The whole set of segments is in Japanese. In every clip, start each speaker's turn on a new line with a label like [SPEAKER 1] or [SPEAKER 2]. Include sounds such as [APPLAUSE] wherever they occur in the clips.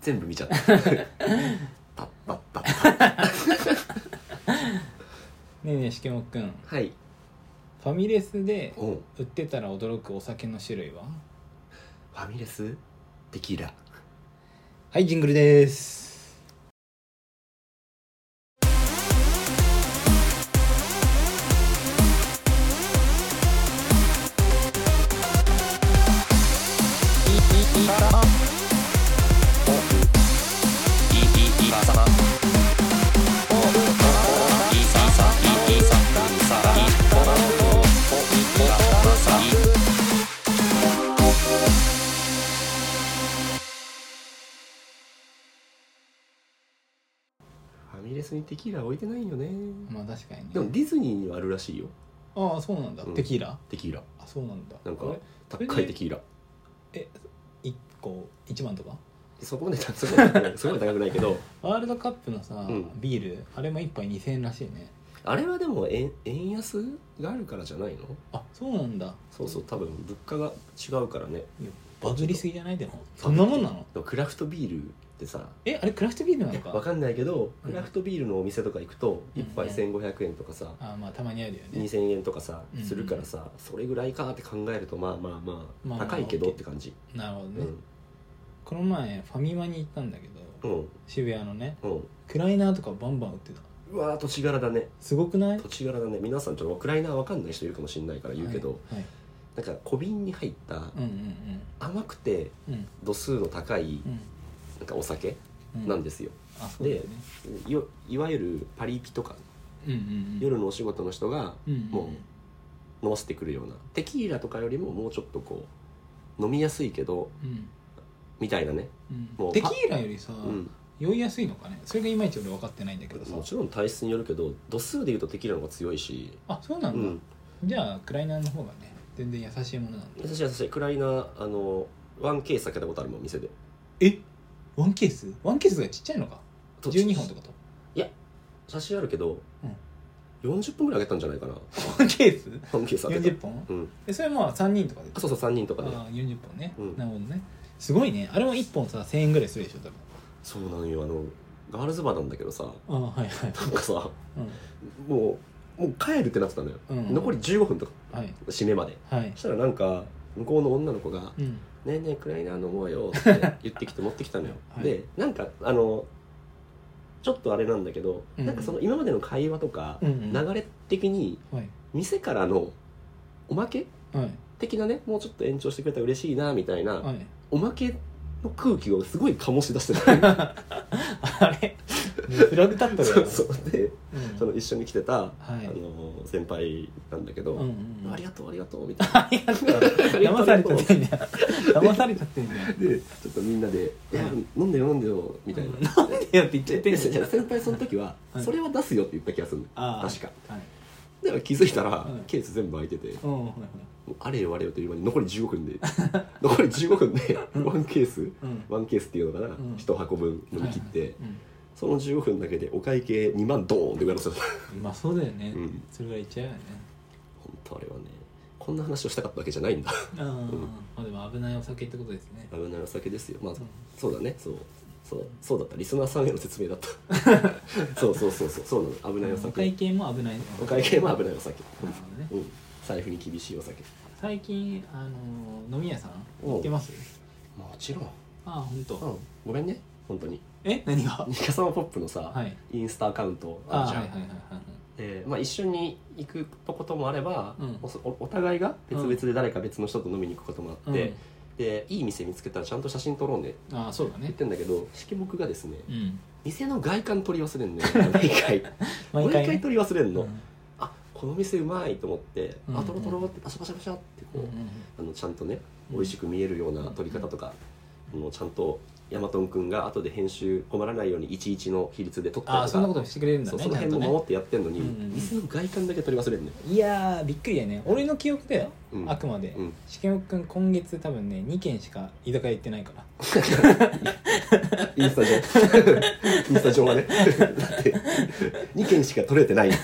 [SPEAKER 1] 全部見ち [LAUGHS] ゃったパッパッパッパッ
[SPEAKER 2] ねえねえしけもくん
[SPEAKER 1] はい
[SPEAKER 2] ファミレスで
[SPEAKER 1] おう
[SPEAKER 2] 売ってたら驚くお酒の種類は
[SPEAKER 1] ファミレステキーラ
[SPEAKER 2] はいジングルです
[SPEAKER 1] ファミレスにテキーラ置いてないよね
[SPEAKER 2] まあ確かに
[SPEAKER 1] でも
[SPEAKER 2] ね
[SPEAKER 1] ディズニーにはあるらしいよ
[SPEAKER 2] ああそうなんだ、
[SPEAKER 1] うん
[SPEAKER 2] テキーラ
[SPEAKER 1] テキーラ
[SPEAKER 2] あそうなんだ
[SPEAKER 1] なんか
[SPEAKER 2] これ
[SPEAKER 1] 高いテキーラ
[SPEAKER 2] 1個1万とか
[SPEAKER 1] そこまで高く [LAUGHS] ないそこまで高くないけど
[SPEAKER 2] ワールドカップのさ、
[SPEAKER 1] ん
[SPEAKER 2] ビールあれも1杯2000円らしいね
[SPEAKER 1] あれはでも円円安があるからじゃないの
[SPEAKER 2] あそうなんだ
[SPEAKER 1] そうそう多分物価が違うからね
[SPEAKER 2] いやバズりすぎじゃないでもそんなもんなの
[SPEAKER 1] でもクラフトビールってさ
[SPEAKER 2] えあれクラフトビールなのか
[SPEAKER 1] わかんないけど
[SPEAKER 2] うん
[SPEAKER 1] クラフトビールのお店とか行くと
[SPEAKER 2] うん
[SPEAKER 1] 1杯1500円とかさ
[SPEAKER 2] あまあたまにあるよね
[SPEAKER 1] 2000円とかさ
[SPEAKER 2] うん
[SPEAKER 1] するからさそれぐらいかって考えるとまあまあま
[SPEAKER 2] まあ
[SPEAKER 1] あ
[SPEAKER 2] まあ
[SPEAKER 1] 高いけどって感じ
[SPEAKER 2] なるほど
[SPEAKER 1] う
[SPEAKER 2] ね、
[SPEAKER 1] ん
[SPEAKER 2] この前ファミマに行ったんだけど、
[SPEAKER 1] うん
[SPEAKER 2] 渋谷のね
[SPEAKER 1] うん
[SPEAKER 2] クライナーとかバンバン売ってた
[SPEAKER 1] うわー土地柄だね
[SPEAKER 2] すごくない
[SPEAKER 1] 土地柄だね皆さんちょっとクライナーわかんない人いるかもしれないから言うけど、
[SPEAKER 2] はいはい
[SPEAKER 1] なんか小瓶に入った
[SPEAKER 2] うん
[SPEAKER 1] 甘くて
[SPEAKER 2] うんうん
[SPEAKER 1] 度数の高い
[SPEAKER 2] うん
[SPEAKER 1] なんかお酒
[SPEAKER 2] うん
[SPEAKER 1] なんですよ、
[SPEAKER 2] あそうだよね
[SPEAKER 1] よいわゆるパリピとか
[SPEAKER 2] うんうん
[SPEAKER 1] 夜のお仕事の人が
[SPEAKER 2] うんうん
[SPEAKER 1] もう飲ませてくるようなテキーラとかよりももうちょっとこう飲みやすいけど
[SPEAKER 2] うん
[SPEAKER 1] みたいなね、
[SPEAKER 2] うん
[SPEAKER 1] もう
[SPEAKER 2] テキーラよりさ、
[SPEAKER 1] うん、
[SPEAKER 2] 酔いやすいのかねそれがいまいち俺分かってないんだけどさ
[SPEAKER 1] もちろん体質によるけど度数でいうとテキーラの方が強いし、
[SPEAKER 2] あそうな
[SPEAKER 1] うん
[SPEAKER 2] だ、
[SPEAKER 1] ん、
[SPEAKER 2] じゃあクライナーの方がね全然優しいものなんだ
[SPEAKER 1] 優しい優しいクライナーあの 1K 避けたことあるもん店で
[SPEAKER 2] えワンケースワンケースがちっちゃいのか12本とかと
[SPEAKER 1] 写真あるけど、40分ぐらいあげたんじゃない
[SPEAKER 2] [LAUGHS]
[SPEAKER 1] かな
[SPEAKER 2] ワンケース
[SPEAKER 1] 1K 避け
[SPEAKER 2] 40本
[SPEAKER 1] たうん
[SPEAKER 2] えそれまあ3人とかで
[SPEAKER 1] あそうそう3人とかで
[SPEAKER 2] ああ40本ね、
[SPEAKER 1] うん
[SPEAKER 2] なるほどねすごいねあれも1本さ1000円ぐらいするでしょ多分
[SPEAKER 1] そうなんよあのガールズバーなんだけどさな
[SPEAKER 2] ああはいはい、
[SPEAKER 1] んかさ
[SPEAKER 2] う
[SPEAKER 1] もうもう帰るってなってたのよ、
[SPEAKER 2] うん
[SPEAKER 1] 残り15分と
[SPEAKER 2] ん、
[SPEAKER 1] か
[SPEAKER 2] はい
[SPEAKER 1] 締めまで
[SPEAKER 2] はい
[SPEAKER 1] そしたらなんか向こうの女の子が
[SPEAKER 2] うん
[SPEAKER 1] 「ねえねえクライナー飲もうよ」って言ってきて持ってきたのよ、
[SPEAKER 2] [LAUGHS] はい
[SPEAKER 1] でなんかあのちょっとあれなんだけど、
[SPEAKER 2] うん
[SPEAKER 1] なんかその今までの会話とか、
[SPEAKER 2] うんうん
[SPEAKER 1] 流れ的に
[SPEAKER 2] はい
[SPEAKER 1] 店からのおまけ
[SPEAKER 2] はい
[SPEAKER 1] 的なねもうちょっと延長してくれたら嬉しいなみたいな、
[SPEAKER 2] はい
[SPEAKER 1] おまけの空気をすごい醸し
[SPEAKER 2] [LAUGHS]
[SPEAKER 1] 出してた
[SPEAKER 2] あれフラグ立ったよ
[SPEAKER 1] そうそうで
[SPEAKER 2] うん
[SPEAKER 1] その一緒に来てた、
[SPEAKER 2] はい
[SPEAKER 1] あの先輩なんだけど、
[SPEAKER 2] うんうん
[SPEAKER 1] ありがとうありがとうみ
[SPEAKER 2] [LAUGHS]
[SPEAKER 1] たいな
[SPEAKER 2] 騙されちゃってんじゃん騙されちゃってんじゃん
[SPEAKER 1] でちょっとみんなで「いや
[SPEAKER 2] うん
[SPEAKER 1] 飲んでよ飲んでよ」みたいな、
[SPEAKER 2] うんなんでよって言っ [LAUGHS] ちゃ
[SPEAKER 1] で
[SPEAKER 2] ってん
[SPEAKER 1] で
[SPEAKER 2] じゃん
[SPEAKER 1] じゃあ先輩その時は、
[SPEAKER 2] はい
[SPEAKER 1] それは出すよって言った気がする
[SPEAKER 2] ああ
[SPEAKER 1] 確か
[SPEAKER 2] はい
[SPEAKER 1] だから気づいたら、
[SPEAKER 2] うん
[SPEAKER 1] ケース全部開いてて
[SPEAKER 2] うんはいはい
[SPEAKER 1] もうあれよあれよという間に残り15
[SPEAKER 2] [LAUGHS]
[SPEAKER 1] 分で残り15分で
[SPEAKER 2] うん
[SPEAKER 1] ワンケース
[SPEAKER 2] うん
[SPEAKER 1] ワンケースっていうのかな、
[SPEAKER 2] うん
[SPEAKER 1] 一箱分飲み切って、
[SPEAKER 2] はいはい
[SPEAKER 1] その15分だけでお会計2万ドーンって上乗せた
[SPEAKER 2] うんまあそうだよね
[SPEAKER 1] うん
[SPEAKER 2] それぐらいいっちゃうよね
[SPEAKER 1] 本当あれはねこんな話をしたかったわけじゃないんだ
[SPEAKER 2] ああまあでも危ないお酒ってことですね
[SPEAKER 1] 危ないお酒ですよまあ、
[SPEAKER 2] ん
[SPEAKER 1] そうだねそうそうそうだったリスナーさんへの説明だったそうそうそうそうそうなの危ないお
[SPEAKER 2] お会
[SPEAKER 1] 酒
[SPEAKER 2] 計も危ない
[SPEAKER 1] お会計も危ないお酒
[SPEAKER 2] なるほどね
[SPEAKER 1] うん財布に厳しいお酒
[SPEAKER 2] 最近あの飲み屋さん
[SPEAKER 1] おう
[SPEAKER 2] 行ってます
[SPEAKER 1] もちろん、
[SPEAKER 2] ああ本
[SPEAKER 1] う
[SPEAKER 2] 当。
[SPEAKER 1] ん、ごめんね本当に
[SPEAKER 2] え何が
[SPEAKER 1] ニカサマポップのさ、
[SPEAKER 2] はい
[SPEAKER 1] インスタアカウントあ
[SPEAKER 2] あ
[SPEAKER 1] る
[SPEAKER 2] あ
[SPEAKER 1] じ
[SPEAKER 2] はい
[SPEAKER 1] ゃん、
[SPEAKER 2] はいはいはいはい
[SPEAKER 1] でまあ、一緒に行くとこともあれば、
[SPEAKER 2] うん
[SPEAKER 1] おそおお互いが別々で誰か別の人と飲みに行くこともあって、でいい店見つけたらちゃんと写真撮ろうねって
[SPEAKER 2] うんああそうだ
[SPEAKER 1] 言っ
[SPEAKER 2] ね
[SPEAKER 1] てんだけど式目がですね
[SPEAKER 2] うん
[SPEAKER 1] 店の外観撮り忘れんのよ毎回毎
[SPEAKER 2] 毎回
[SPEAKER 1] 回
[SPEAKER 2] ね
[SPEAKER 1] 撮り忘れんの、
[SPEAKER 2] うん
[SPEAKER 1] あこの店うまいと思って、
[SPEAKER 2] うん
[SPEAKER 1] あとろとろってパシャパシャパシャってこう、
[SPEAKER 2] うん
[SPEAKER 1] あのちゃんとね
[SPEAKER 2] うん
[SPEAKER 1] 美味しく見えるような撮り方とか、あのちゃんとヤマトン君が後で編集困らないように11の比率で撮った
[SPEAKER 2] あ
[SPEAKER 1] り
[SPEAKER 2] あ
[SPEAKER 1] と
[SPEAKER 2] そん
[SPEAKER 1] か
[SPEAKER 2] なことしてくれるんだ
[SPEAKER 1] そう
[SPEAKER 2] ね
[SPEAKER 1] その
[SPEAKER 2] ちゃん
[SPEAKER 1] 辺
[SPEAKER 2] とね
[SPEAKER 1] も守ってやってんのに、
[SPEAKER 2] うんうんうん
[SPEAKER 1] 店の外観だけ撮り忘れんのよ、
[SPEAKER 2] いやーびっくりだよね俺の記憶だよ
[SPEAKER 1] うん
[SPEAKER 2] あくまで
[SPEAKER 1] うん
[SPEAKER 2] しけおくん今月多分ね2軒しか居酒屋行ってないから
[SPEAKER 1] インスタ上 [LAUGHS] インスタ上はねだって2件しか撮れてない
[SPEAKER 2] [LAUGHS]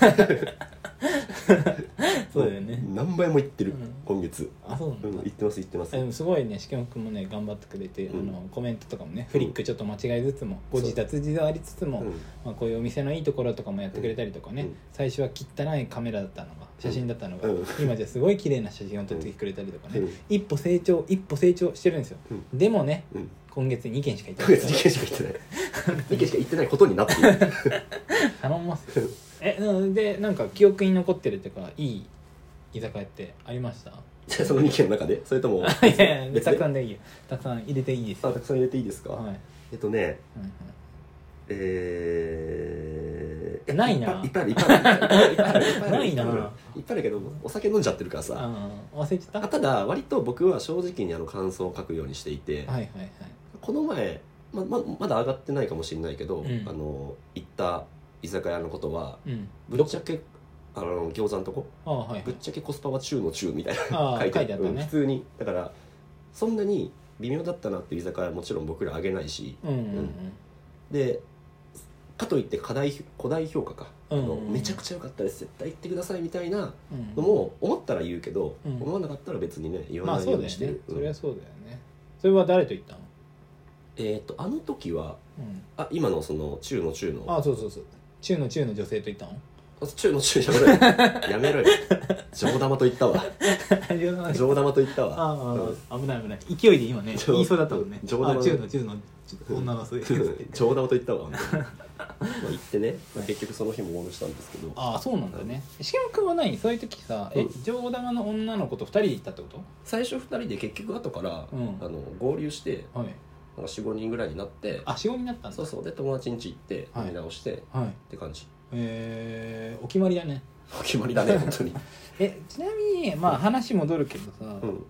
[SPEAKER 2] そうだよね
[SPEAKER 1] もう何倍も行ってる、
[SPEAKER 2] うん
[SPEAKER 1] 今月、
[SPEAKER 2] あそう
[SPEAKER 1] う、
[SPEAKER 2] なんんだ
[SPEAKER 1] 行ってます行ってます、
[SPEAKER 2] あでもすごいねしきもくんもね頑張ってくれて、
[SPEAKER 1] うん
[SPEAKER 2] あのコメントとかもねフリックちょっと間違えつつも誤字脱字でありつつも、
[SPEAKER 1] うん
[SPEAKER 2] まあ、こういうお店のいいところとかもやってくれたりとかね、
[SPEAKER 1] うん
[SPEAKER 2] 最初は汚いカメラだったのが写真だったのが、
[SPEAKER 1] うん
[SPEAKER 2] 今じゃすごい綺麗な写真を撮ってくれたりとかね、
[SPEAKER 1] うん
[SPEAKER 2] 一歩成長一歩成長してるんですよ、
[SPEAKER 1] う
[SPEAKER 2] でもね
[SPEAKER 1] うん
[SPEAKER 2] 今月2件しか行って
[SPEAKER 1] 今
[SPEAKER 2] ない
[SPEAKER 1] 月2件しか行ってない2件しか行ってないことになって
[SPEAKER 2] [LAUGHS]
[SPEAKER 1] いる
[SPEAKER 2] 頼みますよえうんでなんか記憶に残ってるっていうかいい居酒屋ってありました
[SPEAKER 1] じゃあその2件の中でそれとも
[SPEAKER 2] いやいや
[SPEAKER 1] 別
[SPEAKER 2] たくさ
[SPEAKER 1] で
[SPEAKER 2] んでいいよたくさん入れていいです
[SPEAKER 1] あ
[SPEAKER 2] よ
[SPEAKER 1] たくさん入れていいですか、
[SPEAKER 2] はい、
[SPEAKER 1] えっとね
[SPEAKER 2] うんうん
[SPEAKER 1] えー
[SPEAKER 2] ないない
[SPEAKER 1] っぱいあるいっぱいあるいっぱいあるいっぱいある
[SPEAKER 2] ないない
[SPEAKER 1] っぱいあるけどお酒飲んじゃってるからさ
[SPEAKER 2] あー忘れてた
[SPEAKER 1] あ
[SPEAKER 2] はい
[SPEAKER 1] ただ割と僕は正直にあの感想を書くようにしていて、
[SPEAKER 2] はいはい
[SPEAKER 1] この前まままだ上がってないかもしれないけど、
[SPEAKER 2] うん
[SPEAKER 1] あの行った居酒屋のことは
[SPEAKER 2] うん
[SPEAKER 1] ぶっちゃけあの餃子のとこ
[SPEAKER 2] あーはいは
[SPEAKER 1] ぶっ
[SPEAKER 2] い
[SPEAKER 1] ちゃけコスパは中の中みたいな
[SPEAKER 2] あ
[SPEAKER 1] 書い
[SPEAKER 2] ー
[SPEAKER 1] て
[SPEAKER 2] 書
[SPEAKER 1] あ
[SPEAKER 2] いてあった
[SPEAKER 1] うん普
[SPEAKER 2] ね
[SPEAKER 1] 通にだからそんなに微妙だったなっていう居酒屋はもちろん僕らあげないし
[SPEAKER 2] うんうんうん
[SPEAKER 1] でかといって過大古代評価か、
[SPEAKER 2] うんうん
[SPEAKER 1] あのめちゃくちゃ良かったです絶対行ってくださいみたいな
[SPEAKER 2] うん
[SPEAKER 1] のも思ったら言うけど、
[SPEAKER 2] うん
[SPEAKER 1] 思わなかったら別にね言
[SPEAKER 2] ま
[SPEAKER 1] わ
[SPEAKER 2] あ
[SPEAKER 1] ない
[SPEAKER 2] そ
[SPEAKER 1] よ
[SPEAKER 2] う
[SPEAKER 1] う
[SPEAKER 2] だ
[SPEAKER 1] に
[SPEAKER 2] よ
[SPEAKER 1] して
[SPEAKER 2] ね
[SPEAKER 1] る、
[SPEAKER 2] それ
[SPEAKER 1] う
[SPEAKER 2] は
[SPEAKER 1] ん
[SPEAKER 2] そうだよねそれは誰と行ったの、
[SPEAKER 1] えっ、とあの時は
[SPEAKER 2] うん、
[SPEAKER 1] あ今のその中の中の
[SPEAKER 2] あそうそうそう中の中の女性と行
[SPEAKER 1] [LAUGHS]
[SPEAKER 2] ったの
[SPEAKER 1] 中の中やめろよやめろ
[SPEAKER 2] [LAUGHS]
[SPEAKER 1] よ上玉と言ったわ上玉と言ったわ
[SPEAKER 2] ああ危ない危ない勢いで今ね
[SPEAKER 1] ちょ
[SPEAKER 2] 言いそうだったもんねあ
[SPEAKER 1] ちょうど
[SPEAKER 2] 中の中のちょ女 [LAUGHS] のそういう
[SPEAKER 1] 上玉と言ったわ本当
[SPEAKER 2] [LAUGHS]
[SPEAKER 1] にまあ行ってね、
[SPEAKER 2] は
[SPEAKER 1] まあ、
[SPEAKER 2] い
[SPEAKER 1] 結局その日もオールしたんですけど
[SPEAKER 2] ああそうなんだねしげくんは何そういう時さえ
[SPEAKER 1] うん
[SPEAKER 2] 上玉の女の子と二人で行ったってこ
[SPEAKER 1] 最初2人で結局後から、
[SPEAKER 2] うん
[SPEAKER 1] あの合流して
[SPEAKER 2] とはい
[SPEAKER 1] なんか45人ぐらいになって
[SPEAKER 2] あ四五になったんだ
[SPEAKER 1] そうそうで友達ん家行って
[SPEAKER 2] はい
[SPEAKER 1] 飲み直して、っ
[SPEAKER 2] はい
[SPEAKER 1] て感じ [LAUGHS]
[SPEAKER 2] えーお決まりだね
[SPEAKER 1] お決まり
[SPEAKER 2] [LAUGHS]
[SPEAKER 1] だね本当に
[SPEAKER 2] えちなみにまあ話戻るけどさ、
[SPEAKER 1] うん、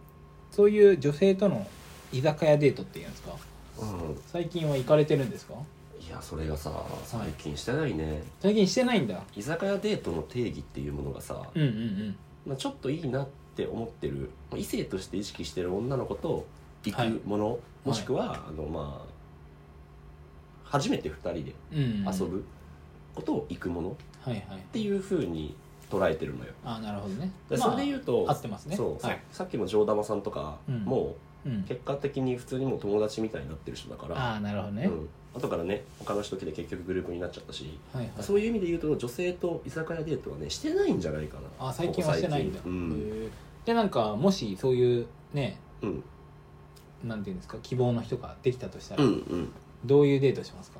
[SPEAKER 2] そういう女性との居酒屋デートって言うんですか
[SPEAKER 1] うん、
[SPEAKER 2] 最近は行かれてるんですか
[SPEAKER 1] いやそれがさ最近してないね、
[SPEAKER 2] 最近してないんだ
[SPEAKER 1] 居酒屋デートの定義っていうものがさ、
[SPEAKER 2] うんうんうん
[SPEAKER 1] まあ、ちょっといいなって思ってるまあ異性として意識してる女の子と行
[SPEAKER 2] はい
[SPEAKER 1] くもの、もしくは、あのまあ初めて2人で
[SPEAKER 2] うん
[SPEAKER 1] 遊ぶことを行くものっ
[SPEAKER 2] はいはい
[SPEAKER 1] ていうふうに捉えてるのよ。
[SPEAKER 2] あなるほどね
[SPEAKER 1] でそれで言うと、
[SPEAKER 2] まあ合ってますね
[SPEAKER 1] そう、
[SPEAKER 2] はい
[SPEAKER 1] ささっきの上玉さんとか、
[SPEAKER 2] うん
[SPEAKER 1] も
[SPEAKER 2] うん
[SPEAKER 1] う結果的に普通にもう友達みたいになってる人だから、
[SPEAKER 2] ああなるほどね、
[SPEAKER 1] うん、後からね他の人来て結局グループになっちゃったし、
[SPEAKER 2] はいはい
[SPEAKER 1] そういう意味で言うと女性と居酒屋デートはねしてないんじゃないかな
[SPEAKER 2] あ最近はしてないんだ
[SPEAKER 1] ここ最近
[SPEAKER 2] へえでなんかもしそういうね
[SPEAKER 1] うん、うん
[SPEAKER 2] なんていうんですか希望の人ができたとした
[SPEAKER 1] う
[SPEAKER 2] ら、
[SPEAKER 1] んうん
[SPEAKER 2] どういうデートしますか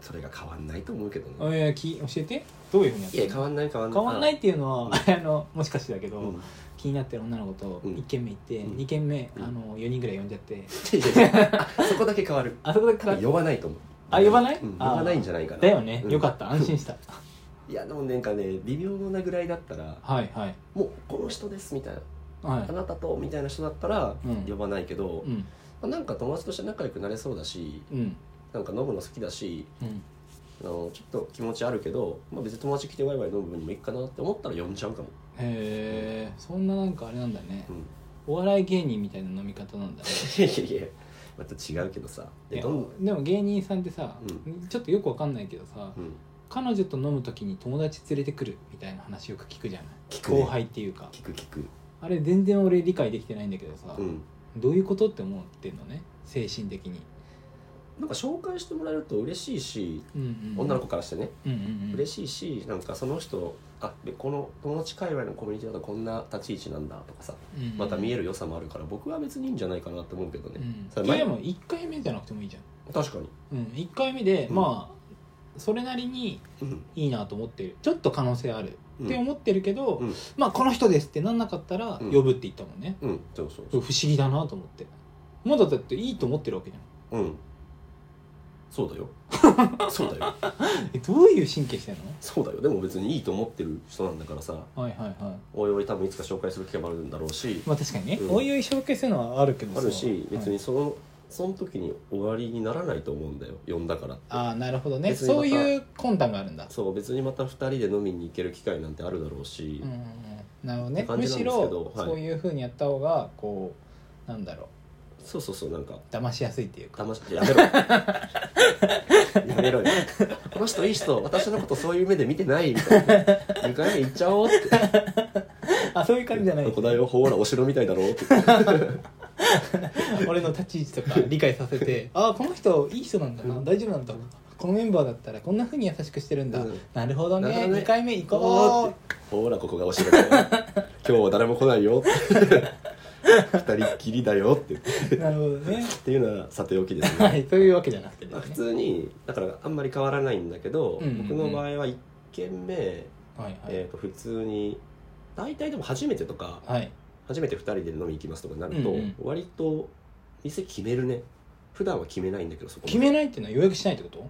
[SPEAKER 1] それが変わんないと思うけど
[SPEAKER 2] あ
[SPEAKER 1] ね
[SPEAKER 2] いやき教えてどういうふうにやっ
[SPEAKER 1] い
[SPEAKER 2] て
[SPEAKER 1] や
[SPEAKER 2] る
[SPEAKER 1] 変わんない変わんない
[SPEAKER 2] 変わんないっていうのは
[SPEAKER 1] うん
[SPEAKER 2] あのもしかしてだけど、
[SPEAKER 1] うんい
[SPEAKER 2] 気になってる女の子と
[SPEAKER 1] うん
[SPEAKER 2] 1軒目行って、
[SPEAKER 1] うん
[SPEAKER 2] 2軒目、
[SPEAKER 1] うん
[SPEAKER 2] あの4人ぐらい呼んじゃって
[SPEAKER 1] やいやあそこだけ変わる
[SPEAKER 2] あそこ [LAUGHS] だから
[SPEAKER 1] 呼ばないと思う
[SPEAKER 2] あ呼ばない
[SPEAKER 1] うん呼
[SPEAKER 2] あー
[SPEAKER 1] ばないんじゃないかな
[SPEAKER 2] だよね、
[SPEAKER 1] うん
[SPEAKER 2] よかった安心した
[SPEAKER 1] いやでもなんかね微妙なぐらいだったら
[SPEAKER 2] はいはい
[SPEAKER 1] もうこの人ですみたいな
[SPEAKER 2] は
[SPEAKER 1] あなたとみたいな人だったら
[SPEAKER 2] うん
[SPEAKER 1] 呼ばないけど
[SPEAKER 2] い、うん
[SPEAKER 1] まあなんか友達として仲良くなれそうだし
[SPEAKER 2] うん
[SPEAKER 1] なんか飲むの好きだし
[SPEAKER 2] うん
[SPEAKER 1] あのちょっと気持ちあるけど、まあ、別に友達来てワイワイ飲む分にもいいかなって思ったら呼んじゃうかも、
[SPEAKER 2] へえそんななんかあれなんだね
[SPEAKER 1] うん、
[SPEAKER 2] お笑い芸人みたいな飲み方なんだね
[SPEAKER 1] いやいやいやまた違うけどさ
[SPEAKER 2] い
[SPEAKER 1] で
[SPEAKER 2] や
[SPEAKER 1] どんどん、
[SPEAKER 2] でも芸人さんってさ、
[SPEAKER 1] う
[SPEAKER 2] ちょっとよくわかんないけどさ
[SPEAKER 1] うん、
[SPEAKER 2] 彼女と飲む時に友達連れてくるみたいな話よく聞くじゃない
[SPEAKER 1] 聞くね
[SPEAKER 2] 後輩っていうか
[SPEAKER 1] 聞く聞く
[SPEAKER 2] あれ全然俺理解できてないんだけどさ、
[SPEAKER 1] うん
[SPEAKER 2] どういうことって思ってんのね精神的に、
[SPEAKER 1] なんか紹介してもらえると嬉しいし
[SPEAKER 2] うんうん、
[SPEAKER 1] 女の子からしてね、
[SPEAKER 2] うんうんうん
[SPEAKER 1] 嬉しいしなんかその人あでこの友達界隈のコミュニティだとこんな立ち位置なんだとかさ
[SPEAKER 2] うんうん
[SPEAKER 1] また見える良さもあるから僕は別にいいんじゃないかなって思うけどね、そ
[SPEAKER 2] うん、
[SPEAKER 1] れ
[SPEAKER 2] いやで
[SPEAKER 1] 前
[SPEAKER 2] も1回目じゃなくてもいいじゃ
[SPEAKER 1] 確かに、
[SPEAKER 2] ん、うん、1回目で、
[SPEAKER 1] うん
[SPEAKER 2] まあそれなりに
[SPEAKER 1] うん
[SPEAKER 2] いいなと思ってるちょっと可能性ある
[SPEAKER 1] うん
[SPEAKER 2] って思ってるけど、
[SPEAKER 1] うん
[SPEAKER 2] まあこの人ですってなんなかったら
[SPEAKER 1] うん
[SPEAKER 2] 呼ぶって言ったもんね、
[SPEAKER 1] うん、そうそう
[SPEAKER 2] 不
[SPEAKER 1] そう
[SPEAKER 2] 思議だなと思ってまだだっていいと思ってるわけじゃん
[SPEAKER 1] うんそうだよ
[SPEAKER 2] [LAUGHS]
[SPEAKER 1] そうだよ
[SPEAKER 2] えどういう神経してん
[SPEAKER 1] そうだよでも別にいいと思ってる人なんだからさ
[SPEAKER 2] のはいはいはい
[SPEAKER 1] おいおい多分いつか紹介する機会もあるんだろうし
[SPEAKER 2] まあ確かにね、
[SPEAKER 1] うん
[SPEAKER 2] おいおい紹介するのはあるけど
[SPEAKER 1] あ
[SPEAKER 2] さ
[SPEAKER 1] るし別
[SPEAKER 2] はい
[SPEAKER 1] にその、その時に終わりにならないと思うんだよ呼んだからって
[SPEAKER 2] ああなるほどね
[SPEAKER 1] 別にま
[SPEAKER 2] そ
[SPEAKER 1] た
[SPEAKER 2] ういう魂胆があるんだ
[SPEAKER 1] そう別にまた2人で飲みに行ける機会なんてあるだろうし
[SPEAKER 2] うんうんうんなるほどね
[SPEAKER 1] って感
[SPEAKER 2] む
[SPEAKER 1] じ
[SPEAKER 2] し
[SPEAKER 1] なんですけど
[SPEAKER 2] ろ、
[SPEAKER 1] はい
[SPEAKER 2] そういうふうにやった方がこうなんだろ
[SPEAKER 1] そうそうそうなんか
[SPEAKER 2] う騙しやすいって
[SPEAKER 1] [LAUGHS]
[SPEAKER 2] いうか
[SPEAKER 1] 騙してやめろやめろよこの人いい人私のことそういう目で見てないみたいな迎え行っちゃおうって
[SPEAKER 2] あそういう感じじゃない
[SPEAKER 1] こだよほらお城みたいだろって
[SPEAKER 2] [LAUGHS] 俺の立ち位置と
[SPEAKER 1] [LAUGHS]
[SPEAKER 2] か理解させてああこの人いい人なんだな、
[SPEAKER 1] うん
[SPEAKER 2] 大丈夫なんだこのメンバーだったらこんなふうに優しくしてるんだ、
[SPEAKER 1] うん
[SPEAKER 2] なるほどね
[SPEAKER 1] なるほどね
[SPEAKER 2] 2回目行
[SPEAKER 1] おーっ
[SPEAKER 2] こ
[SPEAKER 1] てほらここがお城だよ今日は誰も来ないよって二人っきりだよってっ
[SPEAKER 2] うなるほどね [LAUGHS]
[SPEAKER 1] ていうのはさておきですね
[SPEAKER 2] はいそういうわけじゃなくてです
[SPEAKER 1] まあ
[SPEAKER 2] ね
[SPEAKER 1] 普通にだからあんまり変わらないんだけど、
[SPEAKER 2] うんうんうん
[SPEAKER 1] 僕の場合は1軒目、
[SPEAKER 2] はいはい、
[SPEAKER 1] えー、と普通に大体でも初めてとか
[SPEAKER 2] はい
[SPEAKER 1] 初めて2人で飲み行きますとかになると、
[SPEAKER 2] うんうん
[SPEAKER 1] 割と店決めるね普段は決めないんだけどそこまで
[SPEAKER 2] 決めないっていうのは予約しないってこと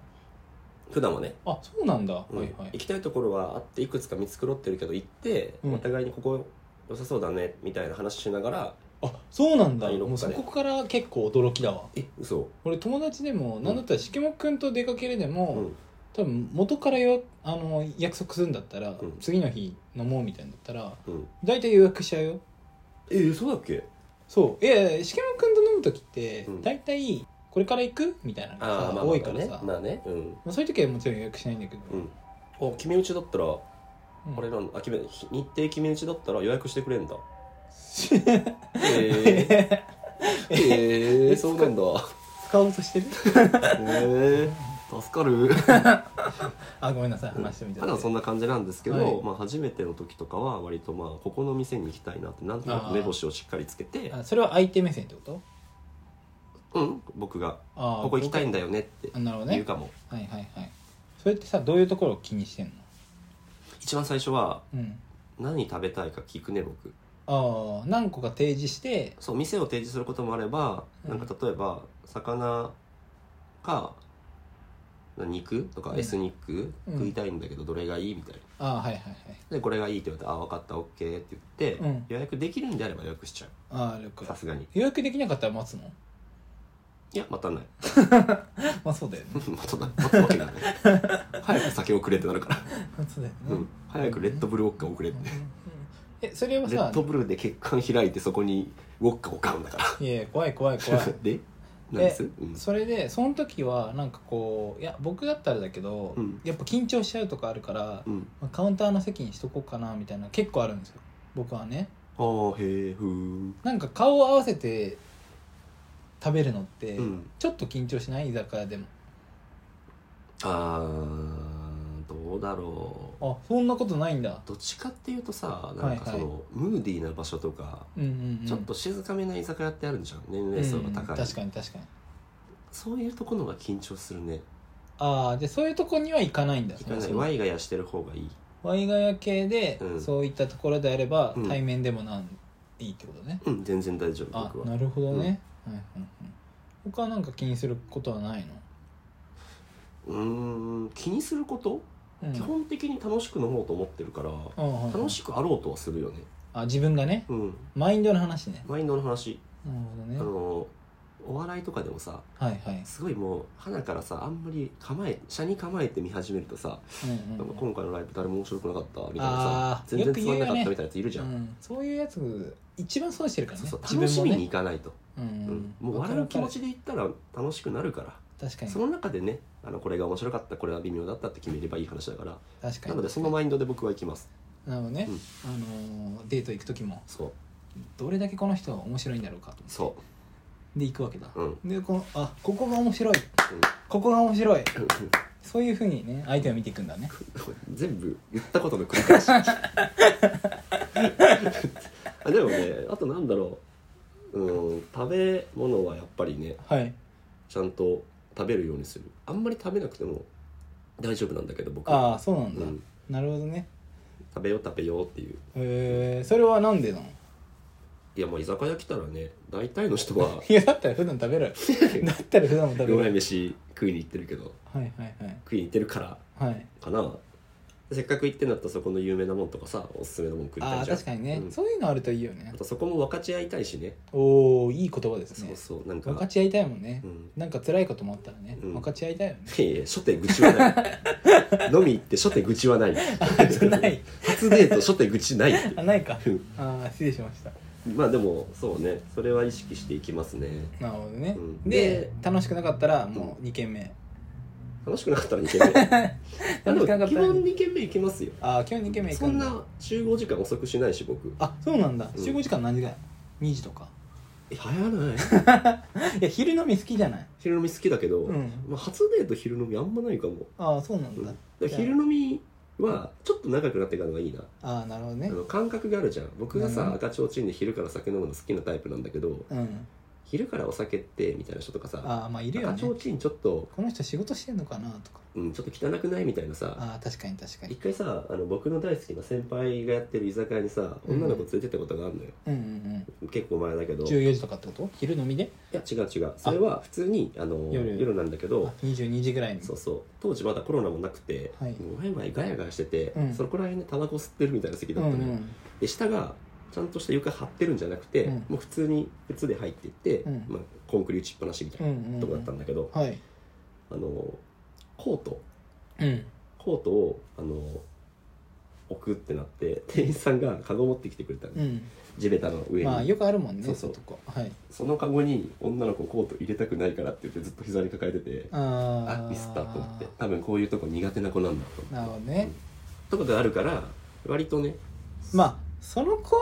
[SPEAKER 1] 普段はね、
[SPEAKER 2] あそうなんだ、
[SPEAKER 1] うん
[SPEAKER 2] はいはい
[SPEAKER 1] 行きたいところはあっていくつか見繕ってるけど行って、
[SPEAKER 2] うん
[SPEAKER 1] お互いにここ良さそうだねみたいな話しながら
[SPEAKER 2] あそうなんだ
[SPEAKER 1] 第六
[SPEAKER 2] もうそ
[SPEAKER 1] 課で
[SPEAKER 2] こから結構驚きだわ
[SPEAKER 1] え嘘
[SPEAKER 2] 俺友達でも何だったらしけもくんと出かけるでも、
[SPEAKER 1] うん
[SPEAKER 2] 多分元からよあの約束するんだったら、
[SPEAKER 1] うん
[SPEAKER 2] 次の日飲もうみたいなんだったら
[SPEAKER 1] うん
[SPEAKER 2] 大体予約しちゃうよ
[SPEAKER 1] え嘘だっけ
[SPEAKER 2] そういやいやしけもくんと飲む時って
[SPEAKER 1] うん
[SPEAKER 2] 大体これから行くみたいなのがさ、
[SPEAKER 1] ーまあ
[SPEAKER 2] 多いからさ、ま
[SPEAKER 1] まあね,、まあ、ね
[SPEAKER 2] あ、そういう時はもちろん予約しないんだけど、
[SPEAKER 1] うんうんあ決め打ちだったら、
[SPEAKER 2] うん
[SPEAKER 1] あ
[SPEAKER 2] [LAUGHS]
[SPEAKER 1] れなんあ決め日程決め打ちだったら予約してくれんだえー、
[SPEAKER 2] え
[SPEAKER 1] えー、そうなんだ
[SPEAKER 2] 使おうとしてる [LAUGHS]
[SPEAKER 1] えー、助かる
[SPEAKER 2] あごめんなさい話してみた
[SPEAKER 1] ただそんな感じなんですけど、
[SPEAKER 2] はい
[SPEAKER 1] まあ、初めての時とかは割とまあここの店に行きたいなってなんとなく目星をしっかりつけて
[SPEAKER 2] あそれは相手目線ってこと
[SPEAKER 1] うん僕が
[SPEAKER 2] あー
[SPEAKER 1] ここ行きたいんだよねって
[SPEAKER 2] あなるほど
[SPEAKER 1] 言う
[SPEAKER 2] ね
[SPEAKER 1] かも、
[SPEAKER 2] はいはいはいそれってさどういうところを気にしてんの
[SPEAKER 1] 一番最初は
[SPEAKER 2] うん
[SPEAKER 1] 何食べたいか聞くね僕
[SPEAKER 2] ああ何個か提示して
[SPEAKER 1] そう店を提示することもあれば、
[SPEAKER 2] うん
[SPEAKER 1] なんか例えば魚か肉とか
[SPEAKER 2] うん
[SPEAKER 1] エスニック
[SPEAKER 2] うん
[SPEAKER 1] 食いたいんだけどどれがいいみたいな
[SPEAKER 2] ああはいはいはい
[SPEAKER 1] でこれがいいって言われて「あ分かった OK」って言って、
[SPEAKER 2] うん
[SPEAKER 1] 予約できるんであれば予約しちゃ
[SPEAKER 2] ああ了
[SPEAKER 1] う
[SPEAKER 2] 解
[SPEAKER 1] さすがに
[SPEAKER 2] 予約できなかったら待つの
[SPEAKER 1] いや待たない
[SPEAKER 2] まあそうだよ
[SPEAKER 1] [LAUGHS]
[SPEAKER 2] ね
[SPEAKER 1] 待たない待つわけがない早く酒をくれってなるから、
[SPEAKER 2] そうだよね、
[SPEAKER 1] うん、早くレッドブルウォッカをくれって
[SPEAKER 2] えそれは
[SPEAKER 1] レッ
[SPEAKER 2] さ
[SPEAKER 1] ドブルで血管開いてそこにウォッカを買うんだから
[SPEAKER 2] いやいや怖い怖い怖い
[SPEAKER 1] [LAUGHS] で何ですうん
[SPEAKER 2] それでその時はなんかこういや僕だったらだけど、
[SPEAKER 1] うん
[SPEAKER 2] やっぱ緊張しちゃうとかあるから、
[SPEAKER 1] うん
[SPEAKER 2] まあカウンターの席にしとこうかなみたいな結構あるんですよ僕はね
[SPEAKER 1] ああへえふーん
[SPEAKER 2] なんか顔を合わせて食べるのって、
[SPEAKER 1] うん
[SPEAKER 2] ちょっと緊張しない居酒屋でも
[SPEAKER 1] あーどうだろう
[SPEAKER 2] あそんなことないんだ
[SPEAKER 1] どっちかっていうとさなんかその、
[SPEAKER 2] はい
[SPEAKER 1] ムーディーな場所とか
[SPEAKER 2] うんうん、うん、
[SPEAKER 1] ちょっと静かめな居酒屋ってあるじゃん年齢層が高い、
[SPEAKER 2] うん確かに確かに
[SPEAKER 1] そういうとこのが緊張するね
[SPEAKER 2] ああでそういうとこには行かないんだ
[SPEAKER 1] 行か
[SPEAKER 2] そも
[SPEAKER 1] ない
[SPEAKER 2] そも
[SPEAKER 1] ワイガヤしてる方がいい
[SPEAKER 2] ワイガヤ系で、
[SPEAKER 1] うん
[SPEAKER 2] そういったところであれば、
[SPEAKER 1] うん
[SPEAKER 2] 対面でもなんいいってことね
[SPEAKER 1] うん全然大丈夫
[SPEAKER 2] あ
[SPEAKER 1] 僕は
[SPEAKER 2] なるほどね、はいはいはい他なんか気にすることはないの、
[SPEAKER 1] うーん気にすること、
[SPEAKER 2] うん、
[SPEAKER 1] 基本的に楽しく飲もうと思ってるから、
[SPEAKER 2] あ
[SPEAKER 1] 楽しくあろうとはするよね
[SPEAKER 2] あ自分がね
[SPEAKER 1] うん
[SPEAKER 2] マインドの話ね
[SPEAKER 1] マインドの話
[SPEAKER 2] なるほどね
[SPEAKER 1] あのお笑いとかでもさ
[SPEAKER 2] はいはい、
[SPEAKER 1] すごいもう花からさあんまり構え車に構えて見始めるとさ、
[SPEAKER 2] うんうん
[SPEAKER 1] 今回のライブ誰も面白くなかったみたいな
[SPEAKER 2] あ
[SPEAKER 1] さ
[SPEAKER 2] ー
[SPEAKER 1] 全然つまんなかった
[SPEAKER 2] よく言うよね
[SPEAKER 1] みたいなやついるじゃん、
[SPEAKER 2] うんそういうやつ一番損してるからね
[SPEAKER 1] そうそう
[SPEAKER 2] 自
[SPEAKER 1] 楽し
[SPEAKER 2] 分
[SPEAKER 1] み
[SPEAKER 2] も
[SPEAKER 1] に
[SPEAKER 2] ね
[SPEAKER 1] 行かないと、
[SPEAKER 2] うん
[SPEAKER 1] うん
[SPEAKER 2] うん
[SPEAKER 1] もう笑う気持
[SPEAKER 2] わかるわ
[SPEAKER 1] ちで行ったら楽しくなるから、
[SPEAKER 2] かる確かに
[SPEAKER 1] その中でねあのこれが面白かったこれは微妙だったって決めればいい話だから
[SPEAKER 2] 確かに
[SPEAKER 1] なのでそのマインドで僕は行きます
[SPEAKER 2] なるほどね、
[SPEAKER 1] うん
[SPEAKER 2] あのーデート行く時も
[SPEAKER 1] そう
[SPEAKER 2] どれだけこの人は面白いんだろうかと
[SPEAKER 1] そ
[SPEAKER 2] で行くわけだ
[SPEAKER 1] ううん、うん、
[SPEAKER 2] でこのあここが面白いここが面白いそういうふうにね相手を見ていくんだね
[SPEAKER 1] [LAUGHS] 全部言ったことの繰り
[SPEAKER 2] [LAUGHS]
[SPEAKER 1] 返しあでもねあとなんだろううん食べ物はやっぱりね
[SPEAKER 2] はい
[SPEAKER 1] ちゃんと食べるようにするあんまり食べなくても大丈夫なんだけど僕
[SPEAKER 2] ああそうなんだ、
[SPEAKER 1] うん、
[SPEAKER 2] なるほどね
[SPEAKER 1] 食べよう食べようっていう
[SPEAKER 2] えー、それはなんでな
[SPEAKER 1] [LAUGHS]
[SPEAKER 2] の
[SPEAKER 1] いやもう居酒屋来たらね大体の人は
[SPEAKER 2] いやだったら普 [LAUGHS] 段食べろよ
[SPEAKER 1] [LAUGHS]
[SPEAKER 2] だったら普段も食べ
[SPEAKER 1] ご
[SPEAKER 2] ろ
[SPEAKER 1] め
[SPEAKER 2] よ
[SPEAKER 1] ん飯食いに行ってるけど
[SPEAKER 2] はいはいはい
[SPEAKER 1] 食いに行ってるから
[SPEAKER 2] はい
[SPEAKER 1] かなせっかく行ってんだったらそこの有名なもんとかさおすすめのもん食いた
[SPEAKER 2] あ
[SPEAKER 1] い
[SPEAKER 2] あ
[SPEAKER 1] じゃん
[SPEAKER 2] 確かにね、
[SPEAKER 1] うん
[SPEAKER 2] そういうのあるといいよね
[SPEAKER 1] あとそこも分かち合いたいしね
[SPEAKER 2] おおいい言葉です
[SPEAKER 1] そ
[SPEAKER 2] ね
[SPEAKER 1] うそうなんか
[SPEAKER 2] 分かち合いたいもんね
[SPEAKER 1] う、ん
[SPEAKER 2] なんか辛いこともあったらね、
[SPEAKER 1] うん
[SPEAKER 2] 分かち合いたいよね
[SPEAKER 1] いやいや初手愚痴はな
[SPEAKER 2] [LAUGHS]
[SPEAKER 1] い飲み行って初手愚痴はない
[SPEAKER 2] あじゃない
[SPEAKER 1] 初デート初手愚痴ないって
[SPEAKER 2] あないか
[SPEAKER 1] うん
[SPEAKER 2] ああ失礼しました
[SPEAKER 1] まあでもそうねそれは意識していきますね
[SPEAKER 2] なるほどね、
[SPEAKER 1] うん
[SPEAKER 2] で
[SPEAKER 1] で
[SPEAKER 2] 楽しくなかったらもう2軒目、
[SPEAKER 1] 楽しくなかったら2軒目
[SPEAKER 2] [LAUGHS] 楽しくなか
[SPEAKER 1] でも
[SPEAKER 2] った
[SPEAKER 1] 基
[SPEAKER 2] ら
[SPEAKER 1] 本2軒目行けますよ
[SPEAKER 2] ああ今日2軒目行く
[SPEAKER 1] そん
[SPEAKER 2] んだ
[SPEAKER 1] な集合時間遅くしないし僕
[SPEAKER 2] あそうなんだ
[SPEAKER 1] うん
[SPEAKER 2] 集合時間何時ぐらい、2時とか
[SPEAKER 1] え
[SPEAKER 2] [LAUGHS]
[SPEAKER 1] 早ない
[SPEAKER 2] いや昼飲み好きじゃない
[SPEAKER 1] 昼飲み好きだけど、
[SPEAKER 2] うん
[SPEAKER 1] まあ、初デート昼飲みあんまないかも、
[SPEAKER 2] ああそうな
[SPEAKER 1] うんん
[SPEAKER 2] だ、
[SPEAKER 1] だから昼飲みはちょっと長くなってからのがいいな
[SPEAKER 2] ああなるほど
[SPEAKER 1] あ
[SPEAKER 2] ね
[SPEAKER 1] の感覚があるじゃん僕が
[SPEAKER 2] うん
[SPEAKER 1] さ赤ちょうちんで昼から酒飲むの好きなタイプなんだけど
[SPEAKER 2] うん
[SPEAKER 1] 昼からお酒ってみたいな人とかさ
[SPEAKER 2] ああまあいるよ
[SPEAKER 1] 赤
[SPEAKER 2] ね
[SPEAKER 1] ちょうちんちょっと、
[SPEAKER 2] この人仕事してんのかなとか
[SPEAKER 1] うん、ちょっと汚くないみたいなさ
[SPEAKER 2] ああ確かに確か
[SPEAKER 1] 一
[SPEAKER 2] に
[SPEAKER 1] 回さあの僕の大好きな先輩がやってる居酒屋にさ女の子連れてったことがあるのよ、
[SPEAKER 2] うんうん
[SPEAKER 1] 結構前だけ
[SPEAKER 2] う
[SPEAKER 1] ど
[SPEAKER 2] ん
[SPEAKER 1] いや
[SPEAKER 2] 14時とかってこと昼飲みで
[SPEAKER 1] 違う違うそれは普通にあの
[SPEAKER 2] 夜
[SPEAKER 1] 夜なんだけど
[SPEAKER 2] あ22時ぐらいに
[SPEAKER 1] そうそう当時まだコロナもなくて、
[SPEAKER 2] はい
[SPEAKER 1] もうワイワイガヤガヤしてて、
[SPEAKER 2] うん
[SPEAKER 1] そこら辺でタバコ吸ってるみたいな席だ
[SPEAKER 2] う
[SPEAKER 1] っ
[SPEAKER 2] ん
[SPEAKER 1] た
[SPEAKER 2] う
[SPEAKER 1] のよ、
[SPEAKER 2] ん
[SPEAKER 1] で下がちゃんとした床張ってるんじゃなくて、
[SPEAKER 2] うん
[SPEAKER 1] もう普通に靴で入っていって、
[SPEAKER 2] うん
[SPEAKER 1] まあ、コンクリ打ちっぱなしみた
[SPEAKER 2] う
[SPEAKER 1] い
[SPEAKER 2] ん
[SPEAKER 1] な
[SPEAKER 2] うん
[SPEAKER 1] とこだったんだけど、
[SPEAKER 2] はい
[SPEAKER 1] あのコート
[SPEAKER 2] うん
[SPEAKER 1] コートをあの置くってなって店員さんがカゴ持ってきてくれたの、
[SPEAKER 2] うん
[SPEAKER 1] 地べたの上に、
[SPEAKER 2] まあよくあるもんね
[SPEAKER 1] そうそう
[SPEAKER 2] とこはい
[SPEAKER 1] そのカゴに女の子コート入れたくないからって言ってずっと膝に抱えてて
[SPEAKER 2] あ
[SPEAKER 1] あ
[SPEAKER 2] ー
[SPEAKER 1] ミスったと思って多分こういうとこ苦手な子なんだと思って
[SPEAKER 2] なるほどね
[SPEAKER 1] とことがあるから割とね
[SPEAKER 2] まあその子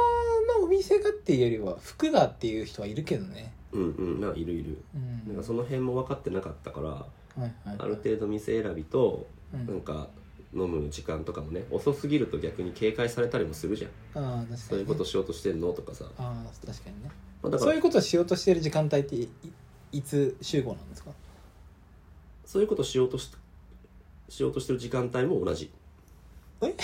[SPEAKER 2] のお店がっていうよりは服がっていう人はいるけどね
[SPEAKER 1] うんうんまあいるいる
[SPEAKER 2] うん
[SPEAKER 1] なんかその辺も分かってなかったから
[SPEAKER 2] はいはい
[SPEAKER 1] ある程度店選びと
[SPEAKER 2] う
[SPEAKER 1] なん
[SPEAKER 2] ん
[SPEAKER 1] か飲む時間とかもね遅すぎると逆に警戒されたりもするじゃん
[SPEAKER 2] ああ確かにね
[SPEAKER 1] そういうことしようとしてんのとかさ、
[SPEAKER 2] ああ確かにね
[SPEAKER 1] まあ、だか
[SPEAKER 2] そうい
[SPEAKER 1] ら
[SPEAKER 2] うことをしようとしてる時間帯っていいいつ集合なんですか
[SPEAKER 1] そういうことしようとししようとしてる時間帯も同じ
[SPEAKER 2] え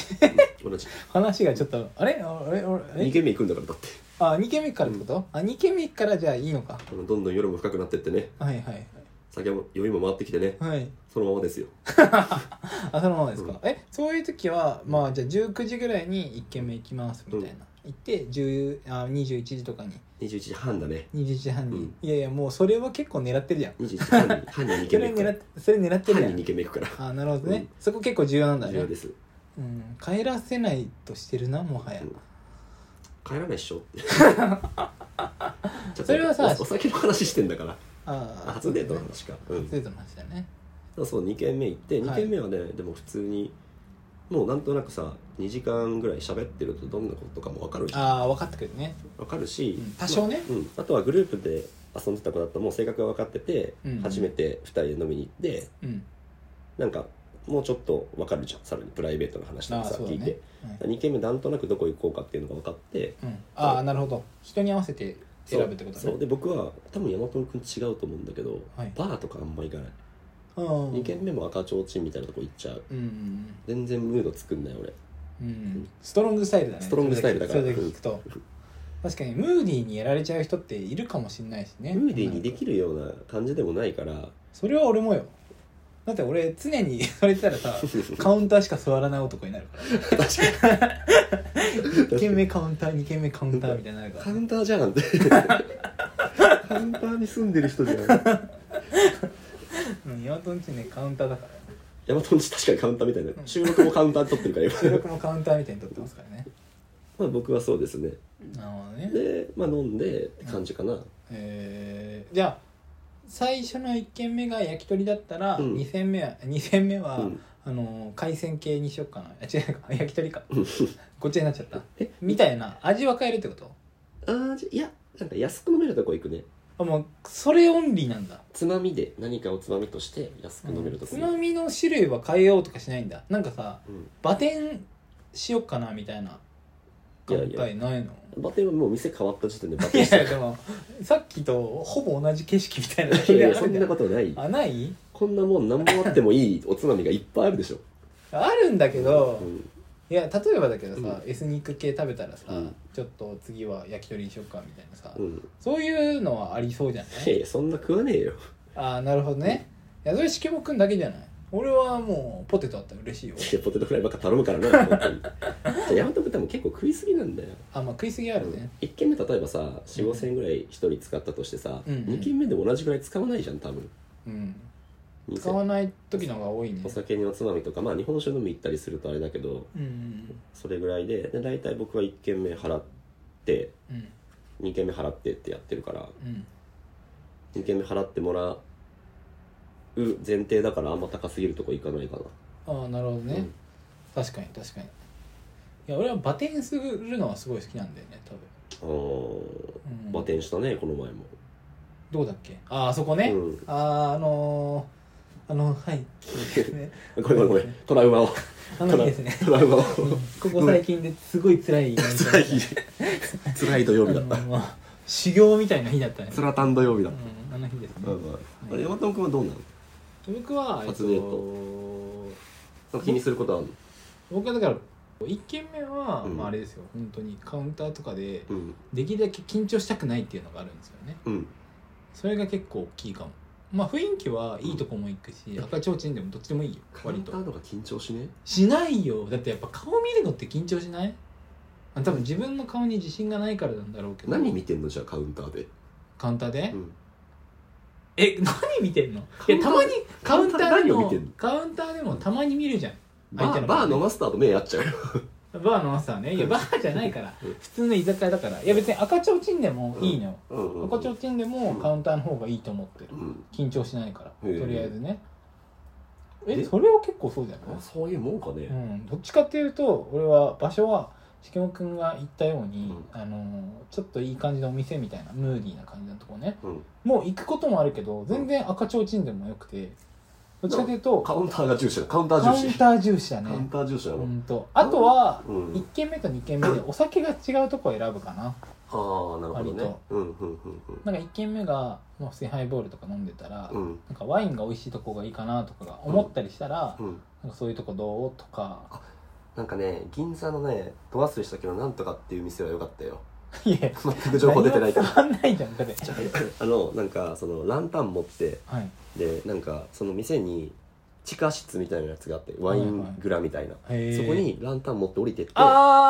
[SPEAKER 1] 同
[SPEAKER 2] [LAUGHS]
[SPEAKER 1] じ
[SPEAKER 2] 話がちょっとあれあれあれ
[SPEAKER 1] 2軒目行くんだからだって
[SPEAKER 2] あ二2軒目からってこと、あ二2軒目からじゃあいいのか
[SPEAKER 1] あのどんどん夜も深くなってってね
[SPEAKER 2] はいはい
[SPEAKER 1] 酒も酔いも回ってきてね
[SPEAKER 2] はいはい
[SPEAKER 1] そのままですよ
[SPEAKER 2] あそのままですか、
[SPEAKER 1] うん
[SPEAKER 2] えそういう時はまあじゃあ19時ぐらいに1軒目行きますみたいな、行って10あ21時とかに
[SPEAKER 1] 21時半だね
[SPEAKER 2] 21時半に、
[SPEAKER 1] うん
[SPEAKER 2] いやいやもうそれは結構狙ってるじゃん
[SPEAKER 1] 21時
[SPEAKER 2] [LAUGHS]
[SPEAKER 1] 半に半に2
[SPEAKER 2] そ
[SPEAKER 1] 軒目
[SPEAKER 2] れ
[SPEAKER 1] 行く
[SPEAKER 2] 狙
[SPEAKER 1] か
[SPEAKER 2] ってそれ狙ってる
[SPEAKER 1] ら
[SPEAKER 2] じゃ
[SPEAKER 1] 半
[SPEAKER 2] ん
[SPEAKER 1] に2軒目行くから
[SPEAKER 2] あなるほどね、
[SPEAKER 1] うん
[SPEAKER 2] そこ結構重要なんだ
[SPEAKER 1] 重要
[SPEAKER 2] ね
[SPEAKER 1] で、す、
[SPEAKER 2] うん、帰らせないとしてるなもはや、
[SPEAKER 1] うん帰らないっしょっ
[SPEAKER 2] [LAUGHS]
[SPEAKER 1] てちょっと
[SPEAKER 2] それはさ
[SPEAKER 1] おお酒の話してんだから
[SPEAKER 2] あ
[SPEAKER 1] あ
[SPEAKER 2] あ
[SPEAKER 1] 初デートの話か、う
[SPEAKER 2] 初
[SPEAKER 1] ん、
[SPEAKER 2] デートの話だね
[SPEAKER 1] そうそう2軒目行って
[SPEAKER 2] はい
[SPEAKER 1] 2軒目はね、でも普通にもうなんとなくさ2時間ぐらい喋ってるとどんなことかも分かるじゃん
[SPEAKER 2] ああ分かってくるね
[SPEAKER 1] 分かるし、
[SPEAKER 2] うん多少ね
[SPEAKER 1] まあうん、あとはグループで遊んでた子だったらもう性格が分かってて、
[SPEAKER 2] うんうん
[SPEAKER 1] 初めて2人で飲みに行って
[SPEAKER 2] うん
[SPEAKER 1] なんかもうちょっと分かるじゃんさらにプライベートの話と
[SPEAKER 2] あ
[SPEAKER 1] か
[SPEAKER 2] あ
[SPEAKER 1] さ、
[SPEAKER 2] そうだ
[SPEAKER 1] 聞い
[SPEAKER 2] ね
[SPEAKER 1] て、
[SPEAKER 2] はい
[SPEAKER 1] 2軒目なんとなくどこ行こうかっていうのが分かって
[SPEAKER 2] うん、ああなるほど人に合わせて選ぶってこと
[SPEAKER 1] そ
[SPEAKER 2] ね
[SPEAKER 1] うそうで僕は多分大和君違うと思うんだけど、
[SPEAKER 2] はい
[SPEAKER 1] バーとかあんま行かない、
[SPEAKER 2] あー
[SPEAKER 1] 2軒目も赤ちょうちんみたいなとこ行っちゃう
[SPEAKER 2] うんうん
[SPEAKER 1] 全然ムード作んない俺
[SPEAKER 2] うんうんストロングスタイルだね
[SPEAKER 1] ストロングスタイルだから
[SPEAKER 2] それだけ聞くと確かにムーディーにやられちゃう人っているかもしれないしね
[SPEAKER 1] ムーディーにできるような感じでもないから
[SPEAKER 2] それは俺もよだって俺常に [LAUGHS] それ言ったらさカウンターしか座らない男になるから1軒目カウンター2軒目カウンターみたいになるか
[SPEAKER 1] [LAUGHS] カ
[SPEAKER 2] ら
[SPEAKER 1] ウンターじゃ
[SPEAKER 2] [LAUGHS]
[SPEAKER 1] んってカウンターに住んでる人じゃん
[SPEAKER 2] うん岩戸んちねカウンターだから
[SPEAKER 1] ヤマトンチ確かにカウンターみたいな収録もカウンターで撮ってるから
[SPEAKER 2] 収
[SPEAKER 1] [LAUGHS] 今
[SPEAKER 2] 録もカウンターみたいに撮ってますからね
[SPEAKER 1] まあ僕はそうですね
[SPEAKER 2] なるほどね
[SPEAKER 1] でまあ飲んでって感じかな、
[SPEAKER 2] えーじゃあ最初の1軒目が焼き鳥だったら、
[SPEAKER 1] うん
[SPEAKER 2] 二2軒目は [LAUGHS] 二軒目は、
[SPEAKER 1] うん
[SPEAKER 2] あのー海鮮系にしよっかなあ違うか [LAUGHS] 焼き鳥か
[SPEAKER 1] うん
[SPEAKER 2] こっちになっちゃった
[SPEAKER 1] え
[SPEAKER 2] みたいな味は変えるってこと
[SPEAKER 1] あーじゃいやなんか安く飲めるとこ行くね
[SPEAKER 2] あもうそれオンリーなんだ
[SPEAKER 1] つまみで何かをつまみとして安く飲めるとこ
[SPEAKER 2] つまみの種類は変えようとかしないんだなんかさ
[SPEAKER 1] うん
[SPEAKER 2] バテンしよっかなみたいない考
[SPEAKER 1] やいや
[SPEAKER 2] えないの
[SPEAKER 1] バテンはもう店変わった時点でバ
[SPEAKER 2] い
[SPEAKER 1] テン
[SPEAKER 2] や
[SPEAKER 1] して [LAUGHS]
[SPEAKER 2] でもさっきとほぼ同じ景色みた [LAUGHS] いなの
[SPEAKER 1] る [LAUGHS] いやいや
[SPEAKER 2] あ
[SPEAKER 1] そ
[SPEAKER 2] る
[SPEAKER 1] ん
[SPEAKER 2] じゃ
[SPEAKER 1] なんことない
[SPEAKER 2] あない
[SPEAKER 1] こんなもん何もあってもいいおつまみがいっぱいあるでしょ
[SPEAKER 2] あるんだけど、
[SPEAKER 1] うん
[SPEAKER 2] いや例えばだけどさ、
[SPEAKER 1] う
[SPEAKER 2] エスニック系食べたらさ、
[SPEAKER 1] うん
[SPEAKER 2] ちょっと次は焼き鳥にしよっかみたいなさ、
[SPEAKER 1] うん
[SPEAKER 2] そういうのはありそうじゃない
[SPEAKER 1] いやいやそんな食わねえよ
[SPEAKER 2] ああなるほどね、いやそれしけぼくんだけじゃない俺はもうポテトあったら嬉しいよ
[SPEAKER 1] いやポテトフライばっか頼むから [LAUGHS] な本当にじゃあヤマト君多分結構食いすぎなんだよ
[SPEAKER 2] あまあ食いすぎあるね、
[SPEAKER 1] 1軒目例えばさ4 5千円ぐらい1人使ったとしてさ、
[SPEAKER 2] うんうん
[SPEAKER 1] 2軒目でも同じぐらい使わないじゃん多分
[SPEAKER 2] うん
[SPEAKER 1] 店
[SPEAKER 2] 使わない時の方が多いね
[SPEAKER 1] お酒におつまみとかまあ日本酒飲み行ったりするとあれだけど
[SPEAKER 2] うんうん
[SPEAKER 1] それぐらいでで大体僕は1軒目払って
[SPEAKER 2] うんうん
[SPEAKER 1] 2軒目払ってってやってるから
[SPEAKER 2] うん
[SPEAKER 1] 2軒目払ってもら前提だからあんま高すぎるとこ行かないかな
[SPEAKER 2] ああなるほどね、
[SPEAKER 1] うん
[SPEAKER 2] 確かに確かにいや俺はバテンするのはすごい好きなんだよね多分
[SPEAKER 1] あー
[SPEAKER 2] うん
[SPEAKER 1] バテンしたねこの前も
[SPEAKER 2] どうだっけあああそこね、
[SPEAKER 1] うん
[SPEAKER 2] あああのー、あの
[SPEAKER 1] [LAUGHS]
[SPEAKER 2] はいね
[SPEAKER 1] ごめんごめんごめんトラウマを
[SPEAKER 2] あの日ですね
[SPEAKER 1] ト
[SPEAKER 2] [LAUGHS]
[SPEAKER 1] ラウマを
[SPEAKER 2] ここ最近ですごい辛いイベント
[SPEAKER 1] 辛い辛い土曜日だった
[SPEAKER 2] あのー修行みたいな日だったね、
[SPEAKER 1] つらたん土曜日だ
[SPEAKER 2] う
[SPEAKER 1] っ
[SPEAKER 2] ん、あの日ですね
[SPEAKER 1] た、うんうんあれ山本君はどうなの
[SPEAKER 2] 僕は、えっと
[SPEAKER 1] 初デーなんか気にすることあるの
[SPEAKER 2] 僕はだから1軒目は、
[SPEAKER 1] うん
[SPEAKER 2] まあ、あれですよ本当にカウンターとかで
[SPEAKER 1] うん
[SPEAKER 2] できるだけ緊張したくないっていうのがあるんですよね
[SPEAKER 1] うん
[SPEAKER 2] それが結構大きいかもまあ雰囲気はいいとこも行くし、赤ちょうちんでもどっちでもいいよ
[SPEAKER 1] カウ
[SPEAKER 2] 割
[SPEAKER 1] ンター
[SPEAKER 2] と
[SPEAKER 1] のが緊張しね
[SPEAKER 2] しないよだってやっぱ顔見るのって緊張しないあ多分自分の顔に自信がないからなんだろうけど
[SPEAKER 1] 何見てんのじゃあカウンターで、
[SPEAKER 2] カウンターで、
[SPEAKER 1] うん
[SPEAKER 2] え何見てんのいやた
[SPEAKER 1] カウンター
[SPEAKER 2] まにカウンターで
[SPEAKER 1] 何を
[SPEAKER 2] も
[SPEAKER 1] 見てんの
[SPEAKER 2] カウンターでもたまに見るじゃん相
[SPEAKER 1] バ
[SPEAKER 2] 手
[SPEAKER 1] ー
[SPEAKER 2] の
[SPEAKER 1] バーのマスターと目合っち [LAUGHS] ゃうよ
[SPEAKER 2] バーの朝はねいやバーじゃないから
[SPEAKER 1] うん
[SPEAKER 2] 普通の居酒屋だからいや別に赤ちょうちんでもいいのよ、
[SPEAKER 1] うんうん
[SPEAKER 2] 赤ちょうちんでもカウンターの方がいいと思ってる
[SPEAKER 1] うん
[SPEAKER 2] 緊張しないから
[SPEAKER 1] へえ
[SPEAKER 2] とりあえずね
[SPEAKER 1] で
[SPEAKER 2] えそれは結構そうだよ
[SPEAKER 1] あ
[SPEAKER 2] ね
[SPEAKER 1] そういうもんか
[SPEAKER 2] う
[SPEAKER 1] ね、
[SPEAKER 2] んどっちかっていうと俺は場所はしけもくんが言ったように、あのーちょっといい感じのお店みたいなムーディーな感じのとこね
[SPEAKER 1] うん
[SPEAKER 2] もう行くこともあるけど全然赤ちょうちんでもよくてどっちかっていうと
[SPEAKER 1] カ
[SPEAKER 2] カ
[SPEAKER 1] ウンターが重視だカウンター
[SPEAKER 2] ウ
[SPEAKER 1] 重
[SPEAKER 2] ン
[SPEAKER 1] 視
[SPEAKER 2] ター重視だ
[SPEAKER 1] カウン
[SPEAKER 2] ね
[SPEAKER 1] ター重視な
[SPEAKER 2] う
[SPEAKER 1] の、
[SPEAKER 2] んとあとは
[SPEAKER 1] うん
[SPEAKER 2] 1軒目と2軒目でお酒が違うとこを選ぶかな
[SPEAKER 1] ああなるほど
[SPEAKER 2] 割
[SPEAKER 1] ね
[SPEAKER 2] と
[SPEAKER 1] うんうんうんうん
[SPEAKER 2] なんか1軒目がまあ普通にハイボールとか飲んでたら、
[SPEAKER 1] うん
[SPEAKER 2] なんかワインが美味しいとこがいいかなとかが思ったりしたら、
[SPEAKER 1] うん
[SPEAKER 2] なんかそういうとこどうとか
[SPEAKER 1] なんかね銀座のねド忘れしたけどなんとかっていう店は良かった [LAUGHS] よ
[SPEAKER 2] いや
[SPEAKER 1] 全く情報出てないけど
[SPEAKER 2] 何も伝わんないじゃんだって
[SPEAKER 1] [LAUGHS] あのなんかそのランタン持って
[SPEAKER 2] はい
[SPEAKER 1] でなんかその店に地下室みたいなやつがあってワイン蔵みたいな、
[SPEAKER 2] へー
[SPEAKER 1] そこにランタン持って降りてって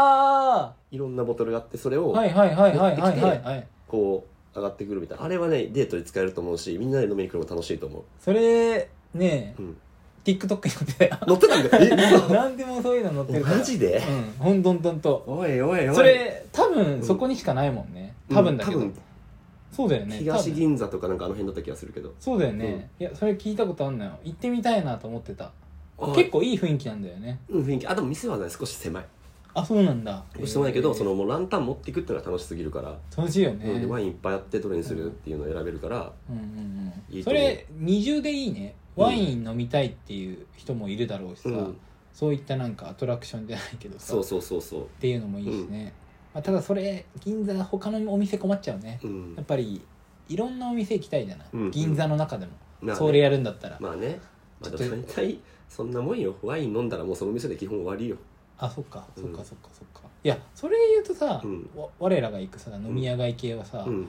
[SPEAKER 2] あ
[SPEAKER 1] いろんなボトルがあってそれ
[SPEAKER 2] あ
[SPEAKER 1] を
[SPEAKER 2] はいはいはいはいはい
[SPEAKER 1] 持
[SPEAKER 2] は
[SPEAKER 1] って
[SPEAKER 2] い、はい、
[SPEAKER 1] こう上がってくるみたいなあれはねデートで使えると思うしみんなで飲みに来るのも楽しい
[SPEAKER 2] [LAUGHS]
[SPEAKER 1] と思
[SPEAKER 2] それね
[SPEAKER 1] う、うん、
[SPEAKER 2] TikTok に載ってた [LAUGHS] よ
[SPEAKER 1] 乗ってたんだよえ嘘
[SPEAKER 2] 何でもそういうの載ってるから
[SPEAKER 1] マジで
[SPEAKER 2] うんほんとんとんと
[SPEAKER 1] おいおいおい
[SPEAKER 2] それ多
[SPEAKER 1] うん
[SPEAKER 2] 分そこにしかないもんね、
[SPEAKER 1] うん
[SPEAKER 2] 多分だけど、
[SPEAKER 1] 多分
[SPEAKER 2] そうだよね
[SPEAKER 1] 東
[SPEAKER 2] 多分
[SPEAKER 1] 銀座とかなんかあの辺だった気がするけど
[SPEAKER 2] そうだよね、いやそれ聞いたことあんのよ行ってみたいなと思ってた結構いい雰囲気なんだよね
[SPEAKER 1] うん雰囲気あでも店はね少し狭い
[SPEAKER 2] あそうなんだ
[SPEAKER 1] 少し狭いけど、
[SPEAKER 2] へー
[SPEAKER 1] そのもうランタン持っていくっていうのは楽しすぎるから、
[SPEAKER 2] 楽しいよね、
[SPEAKER 1] うんでワインいっぱいあってどれにするっていうのを選べるから、
[SPEAKER 2] うんうんうん
[SPEAKER 1] いい
[SPEAKER 2] そ
[SPEAKER 1] と思う
[SPEAKER 2] れ二重でいいね
[SPEAKER 1] うん
[SPEAKER 2] ワイン飲みたいっていう人もいるだろうしさ、
[SPEAKER 1] うん
[SPEAKER 2] そういったなんかアトラクションじゃないけどさ
[SPEAKER 1] そう
[SPEAKER 2] っ
[SPEAKER 1] そうそうそ
[SPEAKER 2] ていうのもいいしね、まあ、ただそれ銀座他のお店困っちゃうね
[SPEAKER 1] うう
[SPEAKER 2] やっ
[SPEAKER 1] ん
[SPEAKER 2] ぱりいろんなお店行きたいじゃない、
[SPEAKER 1] うん
[SPEAKER 2] 銀座の中でも、
[SPEAKER 1] まあね
[SPEAKER 2] それやるんだったら、
[SPEAKER 1] まあねまあ
[SPEAKER 2] ちょっ
[SPEAKER 1] で
[SPEAKER 2] と
[SPEAKER 1] も大体そんなもんよワイン飲んだらもうその店で基本終わりよ
[SPEAKER 2] あそっか
[SPEAKER 1] う
[SPEAKER 2] そ
[SPEAKER 1] ん
[SPEAKER 2] っかそっかそっかいやそれ言うとさ、
[SPEAKER 1] うん
[SPEAKER 2] わ我らが行くさ飲み屋街系はさ、
[SPEAKER 1] うん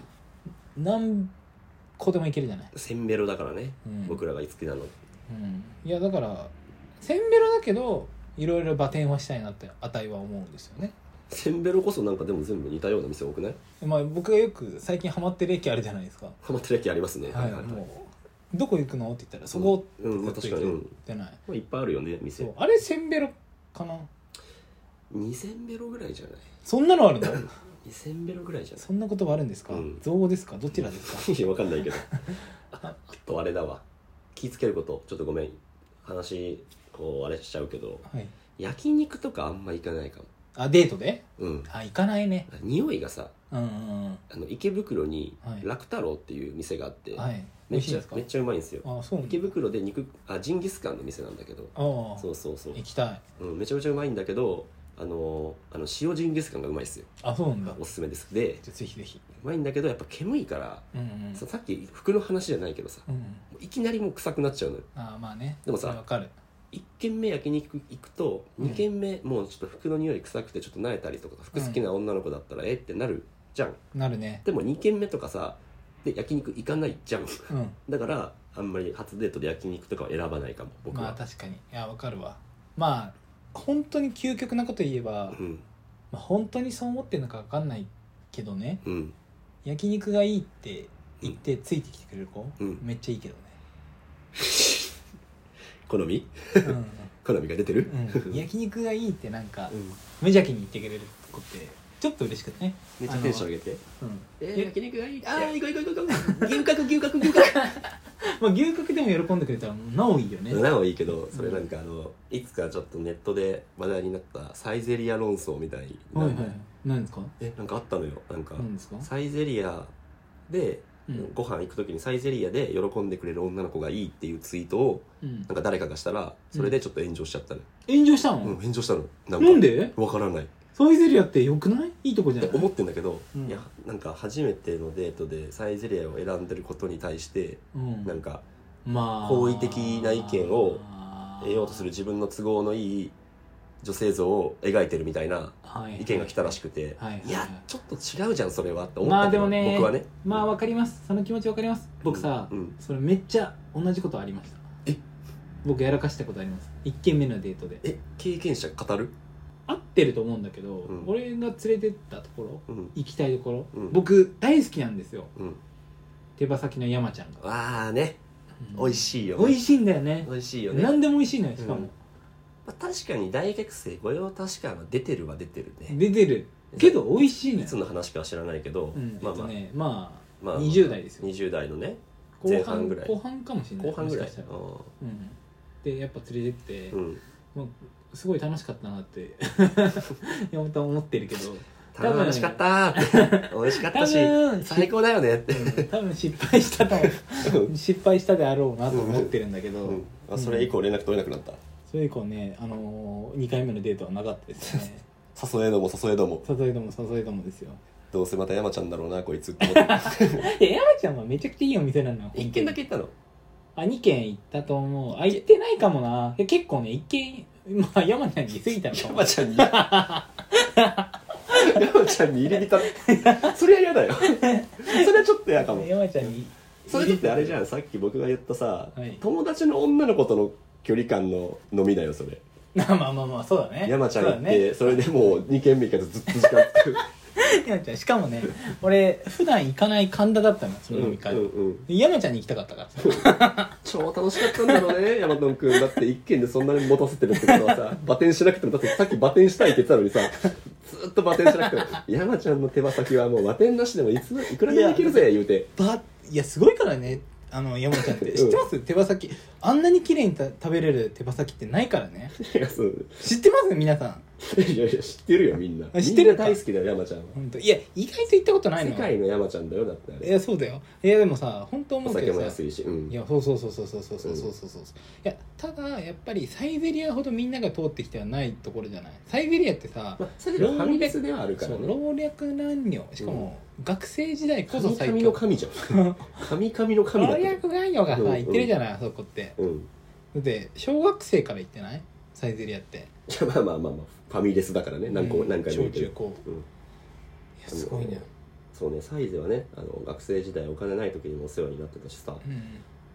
[SPEAKER 2] 何個でも行けるじゃない、
[SPEAKER 1] せんべろだからね
[SPEAKER 2] うん、
[SPEAKER 1] 僕らが好きなの
[SPEAKER 2] うん、いやだからせんべろだけどいろいろバテンはしたいなってあたいは思うんですよね、
[SPEAKER 1] せんべろこそなんかでも全部似たような店多くない
[SPEAKER 2] まあ、僕がよく最近ハマってる駅あるじゃないですか、
[SPEAKER 1] ハマってる駅ありますね
[SPEAKER 2] はいもうどこ行くのって言ったらそこ
[SPEAKER 1] うんうんまあ確かにうん
[SPEAKER 2] じゃない、
[SPEAKER 1] まあいっぱいあるよね
[SPEAKER 2] そ
[SPEAKER 1] 店
[SPEAKER 2] うあれせんべろかな
[SPEAKER 1] 2せんべろぐらいじゃない
[SPEAKER 2] そんなのあるの
[SPEAKER 1] [LAUGHS] 2せんべろぐらいじゃない
[SPEAKER 2] そんなことはあるんですか、
[SPEAKER 1] うん
[SPEAKER 2] 造語ですかどちらですか
[SPEAKER 1] [LAUGHS] いやわかんな
[SPEAKER 2] [LAUGHS]
[SPEAKER 1] いけどああとあれだわ気ぃつけることちょっとごめん話こうあれしちゃうけど
[SPEAKER 2] はい
[SPEAKER 1] 焼肉とかあんま行かないかも
[SPEAKER 2] あデートで
[SPEAKER 1] うん
[SPEAKER 2] あ行かないね
[SPEAKER 1] 匂いがさ
[SPEAKER 2] うんうん
[SPEAKER 1] あの池袋に
[SPEAKER 2] はい
[SPEAKER 1] 楽太郎っていう店があって、
[SPEAKER 2] うんはい美
[SPEAKER 1] めっ
[SPEAKER 2] 味しい
[SPEAKER 1] ち
[SPEAKER 2] で
[SPEAKER 1] ゃ
[SPEAKER 2] すか
[SPEAKER 1] めっちゃうまいんですよ
[SPEAKER 2] あそうなんだ
[SPEAKER 1] 池袋で肉あジンギスカンの店なんだけど
[SPEAKER 2] ああ
[SPEAKER 1] そうそうそう
[SPEAKER 2] 行、きたい
[SPEAKER 1] うん、めちゃめちゃうまいんだけどあのあの塩ジンギスカンがうまいですよ
[SPEAKER 2] あそうなんだ
[SPEAKER 1] おすすめですで
[SPEAKER 2] じゃあぜひぜひ
[SPEAKER 1] うまいんだけどやっぱ煙いから、
[SPEAKER 2] うんうん
[SPEAKER 1] ささっき服の話じゃないけどさ
[SPEAKER 2] うんうん
[SPEAKER 1] もういきなりもう臭くなっちゃうのよ
[SPEAKER 2] あまあね
[SPEAKER 1] でもさ
[SPEAKER 2] それわかる
[SPEAKER 1] 1軒目焼肉行くと
[SPEAKER 2] うん
[SPEAKER 1] 2軒目もうちょっと服の匂い臭くてちょっと慣れたりとか服好きな女の子だったらえってなるじゃん
[SPEAKER 2] なるね
[SPEAKER 1] でも2軒目とかさで焼肉行かないじゃん
[SPEAKER 2] うん
[SPEAKER 1] だからあんまり初デートで焼肉とかは選ばないかも僕は、
[SPEAKER 2] まあ確かにいやわかるわまあ本当に究極なこと言えば、
[SPEAKER 1] うん
[SPEAKER 2] まあ、本当にそう思ってるのかわかんないけどね
[SPEAKER 1] うん
[SPEAKER 2] 焼肉がいいって言ってついてきてくれる子、
[SPEAKER 1] うん
[SPEAKER 2] めっちゃいいけどね
[SPEAKER 1] 好み [LAUGHS]
[SPEAKER 2] うん
[SPEAKER 1] 好みが出てる、
[SPEAKER 2] うん、焼肉がいいってなんか
[SPEAKER 1] うん
[SPEAKER 2] 無邪気に言ってくれる子ってちょっと嬉しくてね
[SPEAKER 1] めっちゃテンション上げて
[SPEAKER 2] あのうん
[SPEAKER 1] えー、焼肉がいいあ
[SPEAKER 2] いや
[SPEAKER 1] ー行こう行こう行こう行こう牛角牛角牛角
[SPEAKER 2] まあ牛角でも喜んでくれたらなおいいよ [LAUGHS] ね
[SPEAKER 1] なおいいけどそれなんかあのいつかちょっとネットで話題になったサイゼリア論争みたいな、
[SPEAKER 2] はいはい何ですか
[SPEAKER 1] えなんかあったのよなんか
[SPEAKER 2] 何ですか
[SPEAKER 1] サイゼリアで
[SPEAKER 2] うん
[SPEAKER 1] ご飯行く時にサイゼリアで喜んでくれる女の子がいいっていうツイートを
[SPEAKER 2] うん
[SPEAKER 1] なんか誰かがしたらそれでちょっと炎上しちゃったの、
[SPEAKER 2] 炎上した
[SPEAKER 1] うん
[SPEAKER 2] の
[SPEAKER 1] 炎上したのなん
[SPEAKER 2] なんで
[SPEAKER 1] わからないっ
[SPEAKER 2] サイゼリアってよくないいいとこじゃな
[SPEAKER 1] て
[SPEAKER 2] い
[SPEAKER 1] 思ってんだけど、
[SPEAKER 2] うん
[SPEAKER 1] いやなんか初めてのデートでサイゼリアを選んでることに対して
[SPEAKER 2] うん
[SPEAKER 1] なんか
[SPEAKER 2] まあ
[SPEAKER 1] 好意的な意見を得ようとする自分の都合のいい女性像を描いてるみたいな意見が来たらし
[SPEAKER 2] く
[SPEAKER 1] くて、
[SPEAKER 2] はいはい
[SPEAKER 1] いやちょっと違うじゃんそれはって思っ
[SPEAKER 2] まあ
[SPEAKER 1] たけど、
[SPEAKER 2] でもね
[SPEAKER 1] 僕はね
[SPEAKER 2] まあわかりますその気持ちわかります僕さ、
[SPEAKER 1] うんうん
[SPEAKER 2] それめっちゃ同じことありました
[SPEAKER 1] え
[SPEAKER 2] 僕やらかしたことあります1軒目のデートで
[SPEAKER 1] え経験者語る
[SPEAKER 2] 合ってると思うんだけど、
[SPEAKER 1] うん
[SPEAKER 2] 俺が連れてったところ
[SPEAKER 1] うん
[SPEAKER 2] 行きたいところ、
[SPEAKER 1] うん
[SPEAKER 2] 僕大好きなんですよ
[SPEAKER 1] うん
[SPEAKER 2] 手羽先の山ちゃんが、
[SPEAKER 1] わあね美味
[SPEAKER 2] し
[SPEAKER 1] しい
[SPEAKER 2] い
[SPEAKER 1] よ、ね、
[SPEAKER 2] 美味しいんだよね
[SPEAKER 1] 美味しいよね、ま
[SPEAKER 2] 何でも美味しいのよしか
[SPEAKER 1] うん
[SPEAKER 2] も、
[SPEAKER 1] あ、確かに大学生御用達感は出てるは出てるね
[SPEAKER 2] 出てるけど美味しいの
[SPEAKER 1] い
[SPEAKER 2] よ
[SPEAKER 1] つ、の話かは知らないけど、
[SPEAKER 2] うんえ
[SPEAKER 1] まあ
[SPEAKER 2] っと
[SPEAKER 1] まあ、
[SPEAKER 2] ねまあ
[SPEAKER 1] まあ
[SPEAKER 2] 20代ですよ
[SPEAKER 1] 20代のね前
[SPEAKER 2] 後
[SPEAKER 1] 半
[SPEAKER 2] 半
[SPEAKER 1] ぐらい
[SPEAKER 2] 後半かもしれない
[SPEAKER 1] 後半ぐらい
[SPEAKER 2] もしかしたら
[SPEAKER 1] う
[SPEAKER 2] うんでやっぱ連れてって、
[SPEAKER 1] ん、うん、
[SPEAKER 2] すごい楽しかったなって山本は思ってるけど多分
[SPEAKER 1] 楽しかったーって美味しかっ
[SPEAKER 2] 多
[SPEAKER 1] たし
[SPEAKER 2] 分
[SPEAKER 1] 最高だよねって
[SPEAKER 2] うん多分失敗したと思う失敗したであろうなと思ってるんだけど、
[SPEAKER 1] うん、あそれ以降連絡取れなくなった、
[SPEAKER 2] それ以降ね、あのー、2回目のデートはなかったですね
[SPEAKER 1] 誘えども誘えども
[SPEAKER 2] 誘えども誘えどもですよ
[SPEAKER 1] どうせまた山ちゃんだろうなこいつって思って
[SPEAKER 2] いや山ちゃんはめちゃくちゃいいお店なのよ
[SPEAKER 1] [LAUGHS] 一軒だけ行ったの
[SPEAKER 2] あ2軒行ったと思うあ行ってないかもないや結構ね1軒まあ山ちゃんに過ぎたのかも
[SPEAKER 1] 山ちゃんに山ちゃんに入れ浸ったそれは嫌だよそれはちょっと嫌かも
[SPEAKER 2] 山ちゃんに
[SPEAKER 1] それだってあれじ
[SPEAKER 2] ん
[SPEAKER 1] ゃんさっき僕が言ったさ、
[SPEAKER 2] はい
[SPEAKER 1] 友達の女の子との距離感の飲みだよそれ
[SPEAKER 2] [LAUGHS] まあまあまあまあそうだね
[SPEAKER 1] 山ちゃん
[SPEAKER 2] そ
[SPEAKER 1] 行
[SPEAKER 2] う
[SPEAKER 1] っ
[SPEAKER 2] だ
[SPEAKER 1] て
[SPEAKER 2] ね
[SPEAKER 1] そ,、れでもう2軒目行かずずっと時間 [LAUGHS] 作る
[SPEAKER 2] 山ちゃんしかもね俺普段行かない神田だったのその飲み会、
[SPEAKER 1] うんうんうん
[SPEAKER 2] で山ちゃんに行きたかったからさ
[SPEAKER 1] 超楽しかったんだろうねヤマトン君だって一軒でそんなに持たせてるってことはさバテンしなくてもだってさっきバテンしたいって言ってたのにさずっとバテンしなくても山ちゃんの手羽先はもうバテンなしでもいついくらでもできるぜ言うて
[SPEAKER 2] ばいやすごいからねあの山ちゃんって知ってます、手羽先あんなに綺麗にた食べれる手羽先ってないからね
[SPEAKER 1] いやそう
[SPEAKER 2] 知ってます皆さん
[SPEAKER 1] いやいや知ってるよみんな
[SPEAKER 2] あ知ってる
[SPEAKER 1] みんな大好きだよ山ちゃんは
[SPEAKER 2] 本当いや意外と行ったことないの
[SPEAKER 1] 世界の山ちゃんだよだってあ
[SPEAKER 2] い
[SPEAKER 1] れ
[SPEAKER 2] やそうだよいやでもさ本当思
[SPEAKER 1] お
[SPEAKER 2] うけ
[SPEAKER 1] 酒
[SPEAKER 2] ど
[SPEAKER 1] も
[SPEAKER 2] さ
[SPEAKER 1] 安いしうん
[SPEAKER 2] いやそうそうそうそうそうそうそうそうそうそういやただやっぱりサイゼリアほどみんなが通ってきてはないところじゃないサイゼリアってさ、
[SPEAKER 1] まあそれでもファミレスではあるか
[SPEAKER 2] そ
[SPEAKER 1] ら
[SPEAKER 2] う
[SPEAKER 1] ね
[SPEAKER 2] 老若男女しかも学生時代こそ
[SPEAKER 1] 神
[SPEAKER 2] 最
[SPEAKER 1] 々
[SPEAKER 2] 強
[SPEAKER 1] の神じゃん神々の神
[SPEAKER 2] 老
[SPEAKER 1] だっ
[SPEAKER 2] 若
[SPEAKER 1] て
[SPEAKER 2] 男女がさ
[SPEAKER 1] うんうん
[SPEAKER 2] 行ってるじゃないあそこって
[SPEAKER 1] うん
[SPEAKER 2] だって小学生から行ってないサイゼリアって
[SPEAKER 1] いやまあまあまあまあファミレスだからね何個
[SPEAKER 2] うん
[SPEAKER 1] 何回も
[SPEAKER 2] 小
[SPEAKER 1] 言うけ
[SPEAKER 2] 中
[SPEAKER 1] ど
[SPEAKER 2] 高
[SPEAKER 1] うん
[SPEAKER 2] いやすごいね
[SPEAKER 1] そうねサイズはねあの学生時代お金ない時にもお世話になってたしさ
[SPEAKER 2] うん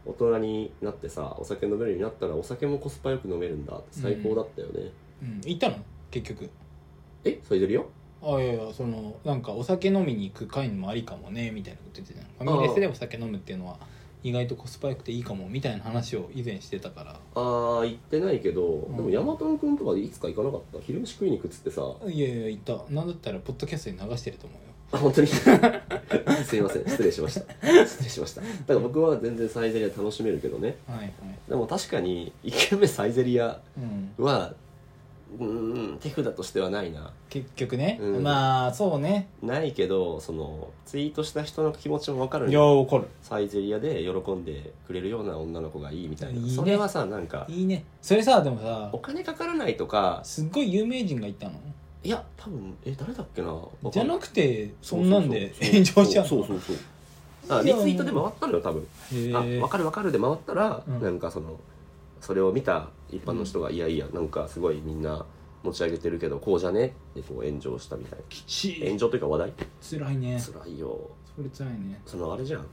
[SPEAKER 1] 大人になってさお酒飲めるようになったらお酒もコスパよく飲めるんだって最高だったよね、
[SPEAKER 2] うん行ったの結局
[SPEAKER 1] えサイゼリア
[SPEAKER 2] あいやいやそのなんかお酒飲みに行く会にもありかもねみたいなこと言ってたじゃんファミレスでお酒飲むっていうのは意外とコスパ良くていいかもみたいな話を以前してたから
[SPEAKER 1] ああ行ってないけど、
[SPEAKER 2] ん
[SPEAKER 1] でもヤマトン君とかでいつか行かなかった昼飯食いに行くっつ [LAUGHS] ってさ
[SPEAKER 2] いやいや行ったなんだったらポッドキャストに流してると思うよ
[SPEAKER 1] あ本当に [LAUGHS] すいません失礼しました失礼しましただから僕は全然サイゼリア楽しめるけどね
[SPEAKER 2] はいはい
[SPEAKER 1] でも確かに1軒目サイゼリア
[SPEAKER 2] うん
[SPEAKER 1] はうーん手札としてはないな
[SPEAKER 2] 結局ね、
[SPEAKER 1] うん
[SPEAKER 2] まあそうね
[SPEAKER 1] ないけどそのツイートした人の気持ちも分かる
[SPEAKER 2] い
[SPEAKER 1] ん
[SPEAKER 2] や
[SPEAKER 1] よ
[SPEAKER 2] 怒る
[SPEAKER 1] サイゼリアで喜んでくれるような女の子がいいみたいない
[SPEAKER 2] いね
[SPEAKER 1] それはさなんか
[SPEAKER 2] いいねそれさでもさ
[SPEAKER 1] お金かからないとか
[SPEAKER 2] すっごい有名人が行ったの
[SPEAKER 1] いや多分え誰だっけな
[SPEAKER 2] じゃな
[SPEAKER 1] く
[SPEAKER 2] くてそんなんで炎上しちゃうの
[SPEAKER 1] そうそうそうあ
[SPEAKER 2] い
[SPEAKER 1] リ
[SPEAKER 2] や
[SPEAKER 1] ツイートで回ったのよ多分
[SPEAKER 2] へ
[SPEAKER 1] あ分
[SPEAKER 2] え
[SPEAKER 1] かる分かるで回ったら、
[SPEAKER 2] うん
[SPEAKER 1] なんかそのそれを見た一般の人が、いやいやなんかすごいみんな持ち上げてるけどこうじゃねってこう炎上したみたい
[SPEAKER 2] きち
[SPEAKER 1] な炎
[SPEAKER 2] い
[SPEAKER 1] 上というか話題
[SPEAKER 2] 辛いねそ
[SPEAKER 1] 辛いよ
[SPEAKER 2] れ辛いね
[SPEAKER 1] そのあれじゃん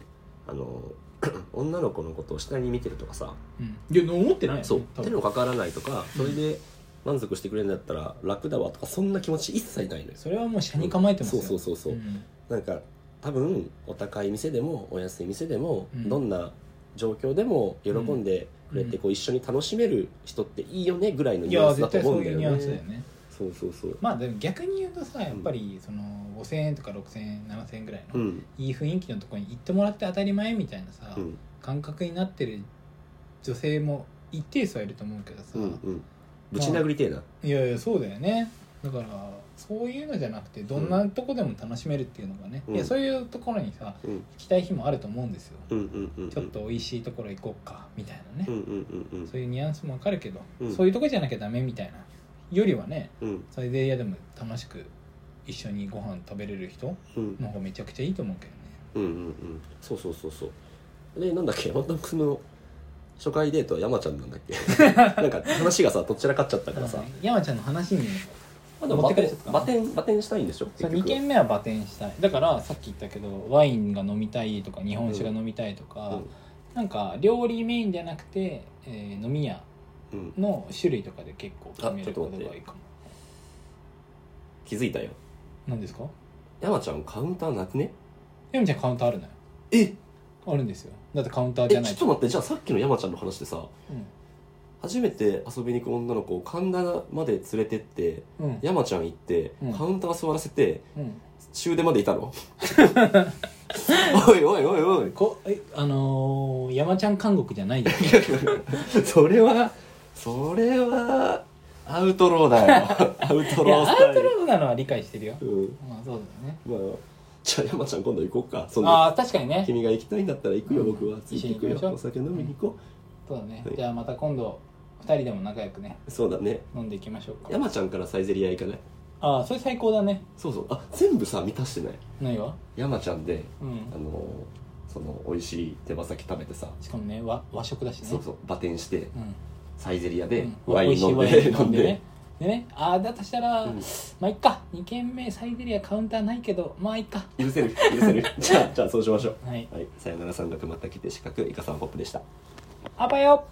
[SPEAKER 1] あの [CLEARS THROAT] 女の子のことを下に見てるとかさ
[SPEAKER 2] うんいや思ってないよね
[SPEAKER 1] そう
[SPEAKER 2] 多
[SPEAKER 1] 手
[SPEAKER 2] 分
[SPEAKER 1] のかからないとかそれで満足してくれるんだったら楽だわとかそんな気持ち一切ないのよ
[SPEAKER 2] それはもう車に構えてます
[SPEAKER 1] そ
[SPEAKER 2] よ
[SPEAKER 1] うそうそうそう、
[SPEAKER 2] ん
[SPEAKER 1] なんか多分お高い店でもお安い店でも、
[SPEAKER 2] うん
[SPEAKER 1] どんな状況でも喜んでくれて、
[SPEAKER 2] うん
[SPEAKER 1] こう一緒に楽しめる人っていいよねぐらいの
[SPEAKER 2] い
[SPEAKER 1] ニュア
[SPEAKER 2] や
[SPEAKER 1] ンスだ
[SPEAKER 2] 絶
[SPEAKER 1] と
[SPEAKER 2] 対そう
[SPEAKER 1] 思うんだ
[SPEAKER 2] いう
[SPEAKER 1] よ
[SPEAKER 2] ニ
[SPEAKER 1] ね
[SPEAKER 2] ュアンスだよね
[SPEAKER 1] そうそうそうそう
[SPEAKER 2] まあでも逆に言うとさやっぱりその5,000円とか6,000円7,000円ぐらいの、
[SPEAKER 1] うん
[SPEAKER 2] いい雰囲気のところに行ってもらって当たり前みたいなさ、
[SPEAKER 1] うん
[SPEAKER 2] 感覚になってる女性も一定数はいると思うけどさ、
[SPEAKER 1] うんうんぶち殴りてえな、
[SPEAKER 2] いやいやそうだよねだからそういうのじゃなくてどんなとこでも楽しめるっていうのがね、
[SPEAKER 1] うん
[SPEAKER 2] いやそういうところにさ
[SPEAKER 1] うん、
[SPEAKER 2] 行きたい日もあると思うんですよ、
[SPEAKER 1] うんうんうんうん
[SPEAKER 2] ちょっと美味しいところ行こうかみたいなね、
[SPEAKER 1] うんうんうん
[SPEAKER 2] そういうニュアンスもわかるけど、
[SPEAKER 1] うん
[SPEAKER 2] そういうとこじゃなきゃダメみたいなよりはね
[SPEAKER 1] うん
[SPEAKER 2] それでいやでも楽しく一緒にご飯食べれる人
[SPEAKER 1] うん
[SPEAKER 2] の方がめちゃくちゃいいと思うけどね
[SPEAKER 1] うんうんうんそうそうそうそうでなんだっけ山田君の初回デートは山ちゃんなんだ
[SPEAKER 2] [LAUGHS]
[SPEAKER 1] っけなんか話がさどちらかっちゃったからさ、
[SPEAKER 2] 山ちゃんの話に
[SPEAKER 1] まあ、でも
[SPEAKER 2] 持って
[SPEAKER 1] バ
[SPEAKER 2] か
[SPEAKER 1] テ
[SPEAKER 2] れちゃっ
[SPEAKER 1] ン
[SPEAKER 2] たかな
[SPEAKER 1] バテンバテンしたいんでしょ
[SPEAKER 2] そう
[SPEAKER 1] 結
[SPEAKER 2] 2
[SPEAKER 1] 局
[SPEAKER 2] 軒目はバテンしたいだからさっき言ったけどワインが飲みたいとか日本酒が飲みたいとか、なんか料理メインじゃなくて、えー飲み屋
[SPEAKER 1] うん、うん、
[SPEAKER 2] の種類とかで結構決めることがいいかも
[SPEAKER 1] 気づいたよ
[SPEAKER 2] 何ですか
[SPEAKER 1] 山ちゃんカウンターなくね
[SPEAKER 2] 山ちゃんカウンターあるのよ
[SPEAKER 1] え
[SPEAKER 2] あるんですよだってカウンター
[SPEAKER 1] え
[SPEAKER 2] じ
[SPEAKER 1] ちょ
[SPEAKER 2] ゃない
[SPEAKER 1] っと待ってじゃあさっきの山ちゃんの話でさ初めて遊びに行く女の子を神田まで連れてって
[SPEAKER 2] うんうん
[SPEAKER 1] 山ちゃん行って、
[SPEAKER 2] うん
[SPEAKER 1] カウンター座らせて
[SPEAKER 2] うん
[SPEAKER 1] 終電までいた
[SPEAKER 2] [LAUGHS]
[SPEAKER 1] のおいおいおいおい
[SPEAKER 2] こえあのー、山ちゃん監獄じゃ
[SPEAKER 1] [LAUGHS]
[SPEAKER 2] ないよ
[SPEAKER 1] それはそれはアウトローだよアウト
[SPEAKER 2] いや
[SPEAKER 1] ロ
[SPEAKER 2] [LAUGHS]
[SPEAKER 1] ー
[SPEAKER 2] ア
[SPEAKER 1] スタ
[SPEAKER 2] ウ
[SPEAKER 1] イ
[SPEAKER 2] ト
[SPEAKER 1] ル
[SPEAKER 2] ローなのは理解してるよ
[SPEAKER 1] うん
[SPEAKER 2] まあそうだよね
[SPEAKER 1] まあじゃあ山ちゃん今度行こうかそんな
[SPEAKER 2] ああ確かにね
[SPEAKER 1] 君が行きたいんだったら行くよ僕はついて行く
[SPEAKER 2] 一緒に
[SPEAKER 1] よ
[SPEAKER 2] 行きましょう
[SPEAKER 1] お酒飲みに行こ
[SPEAKER 2] そうだね
[SPEAKER 1] はい
[SPEAKER 2] じゃあまた今度2人でも仲良くね
[SPEAKER 1] うそうだね
[SPEAKER 2] 飲んでいきましょうか
[SPEAKER 1] 山ちゃんからサイゼリア行かない
[SPEAKER 2] ああそれ最高だね
[SPEAKER 1] そうそうあ全部さ満たしてない
[SPEAKER 2] ないわ
[SPEAKER 1] 山ちゃんで
[SPEAKER 2] う
[SPEAKER 1] あ
[SPEAKER 2] ん
[SPEAKER 1] のーその美味しい手羽先食べてさ
[SPEAKER 2] しかもね和和食だしね
[SPEAKER 1] そうそうバテンして
[SPEAKER 2] うん
[SPEAKER 1] サイゼリアで
[SPEAKER 2] うん
[SPEAKER 1] ワイン飲ん
[SPEAKER 2] 美味し
[SPEAKER 1] で
[SPEAKER 2] いワイン
[SPEAKER 1] 飲んで
[SPEAKER 2] ねでねああだとしたら、
[SPEAKER 1] うん
[SPEAKER 2] まあいっか2軒目サイゼリアカウンターないけどまあいっか
[SPEAKER 1] 許せる許
[SPEAKER 2] [LAUGHS]
[SPEAKER 1] せるじゃあじゃあそうしましょう
[SPEAKER 2] はい
[SPEAKER 1] はいさよなら山岳また来て四角イカさんポップでした
[SPEAKER 2] あばよ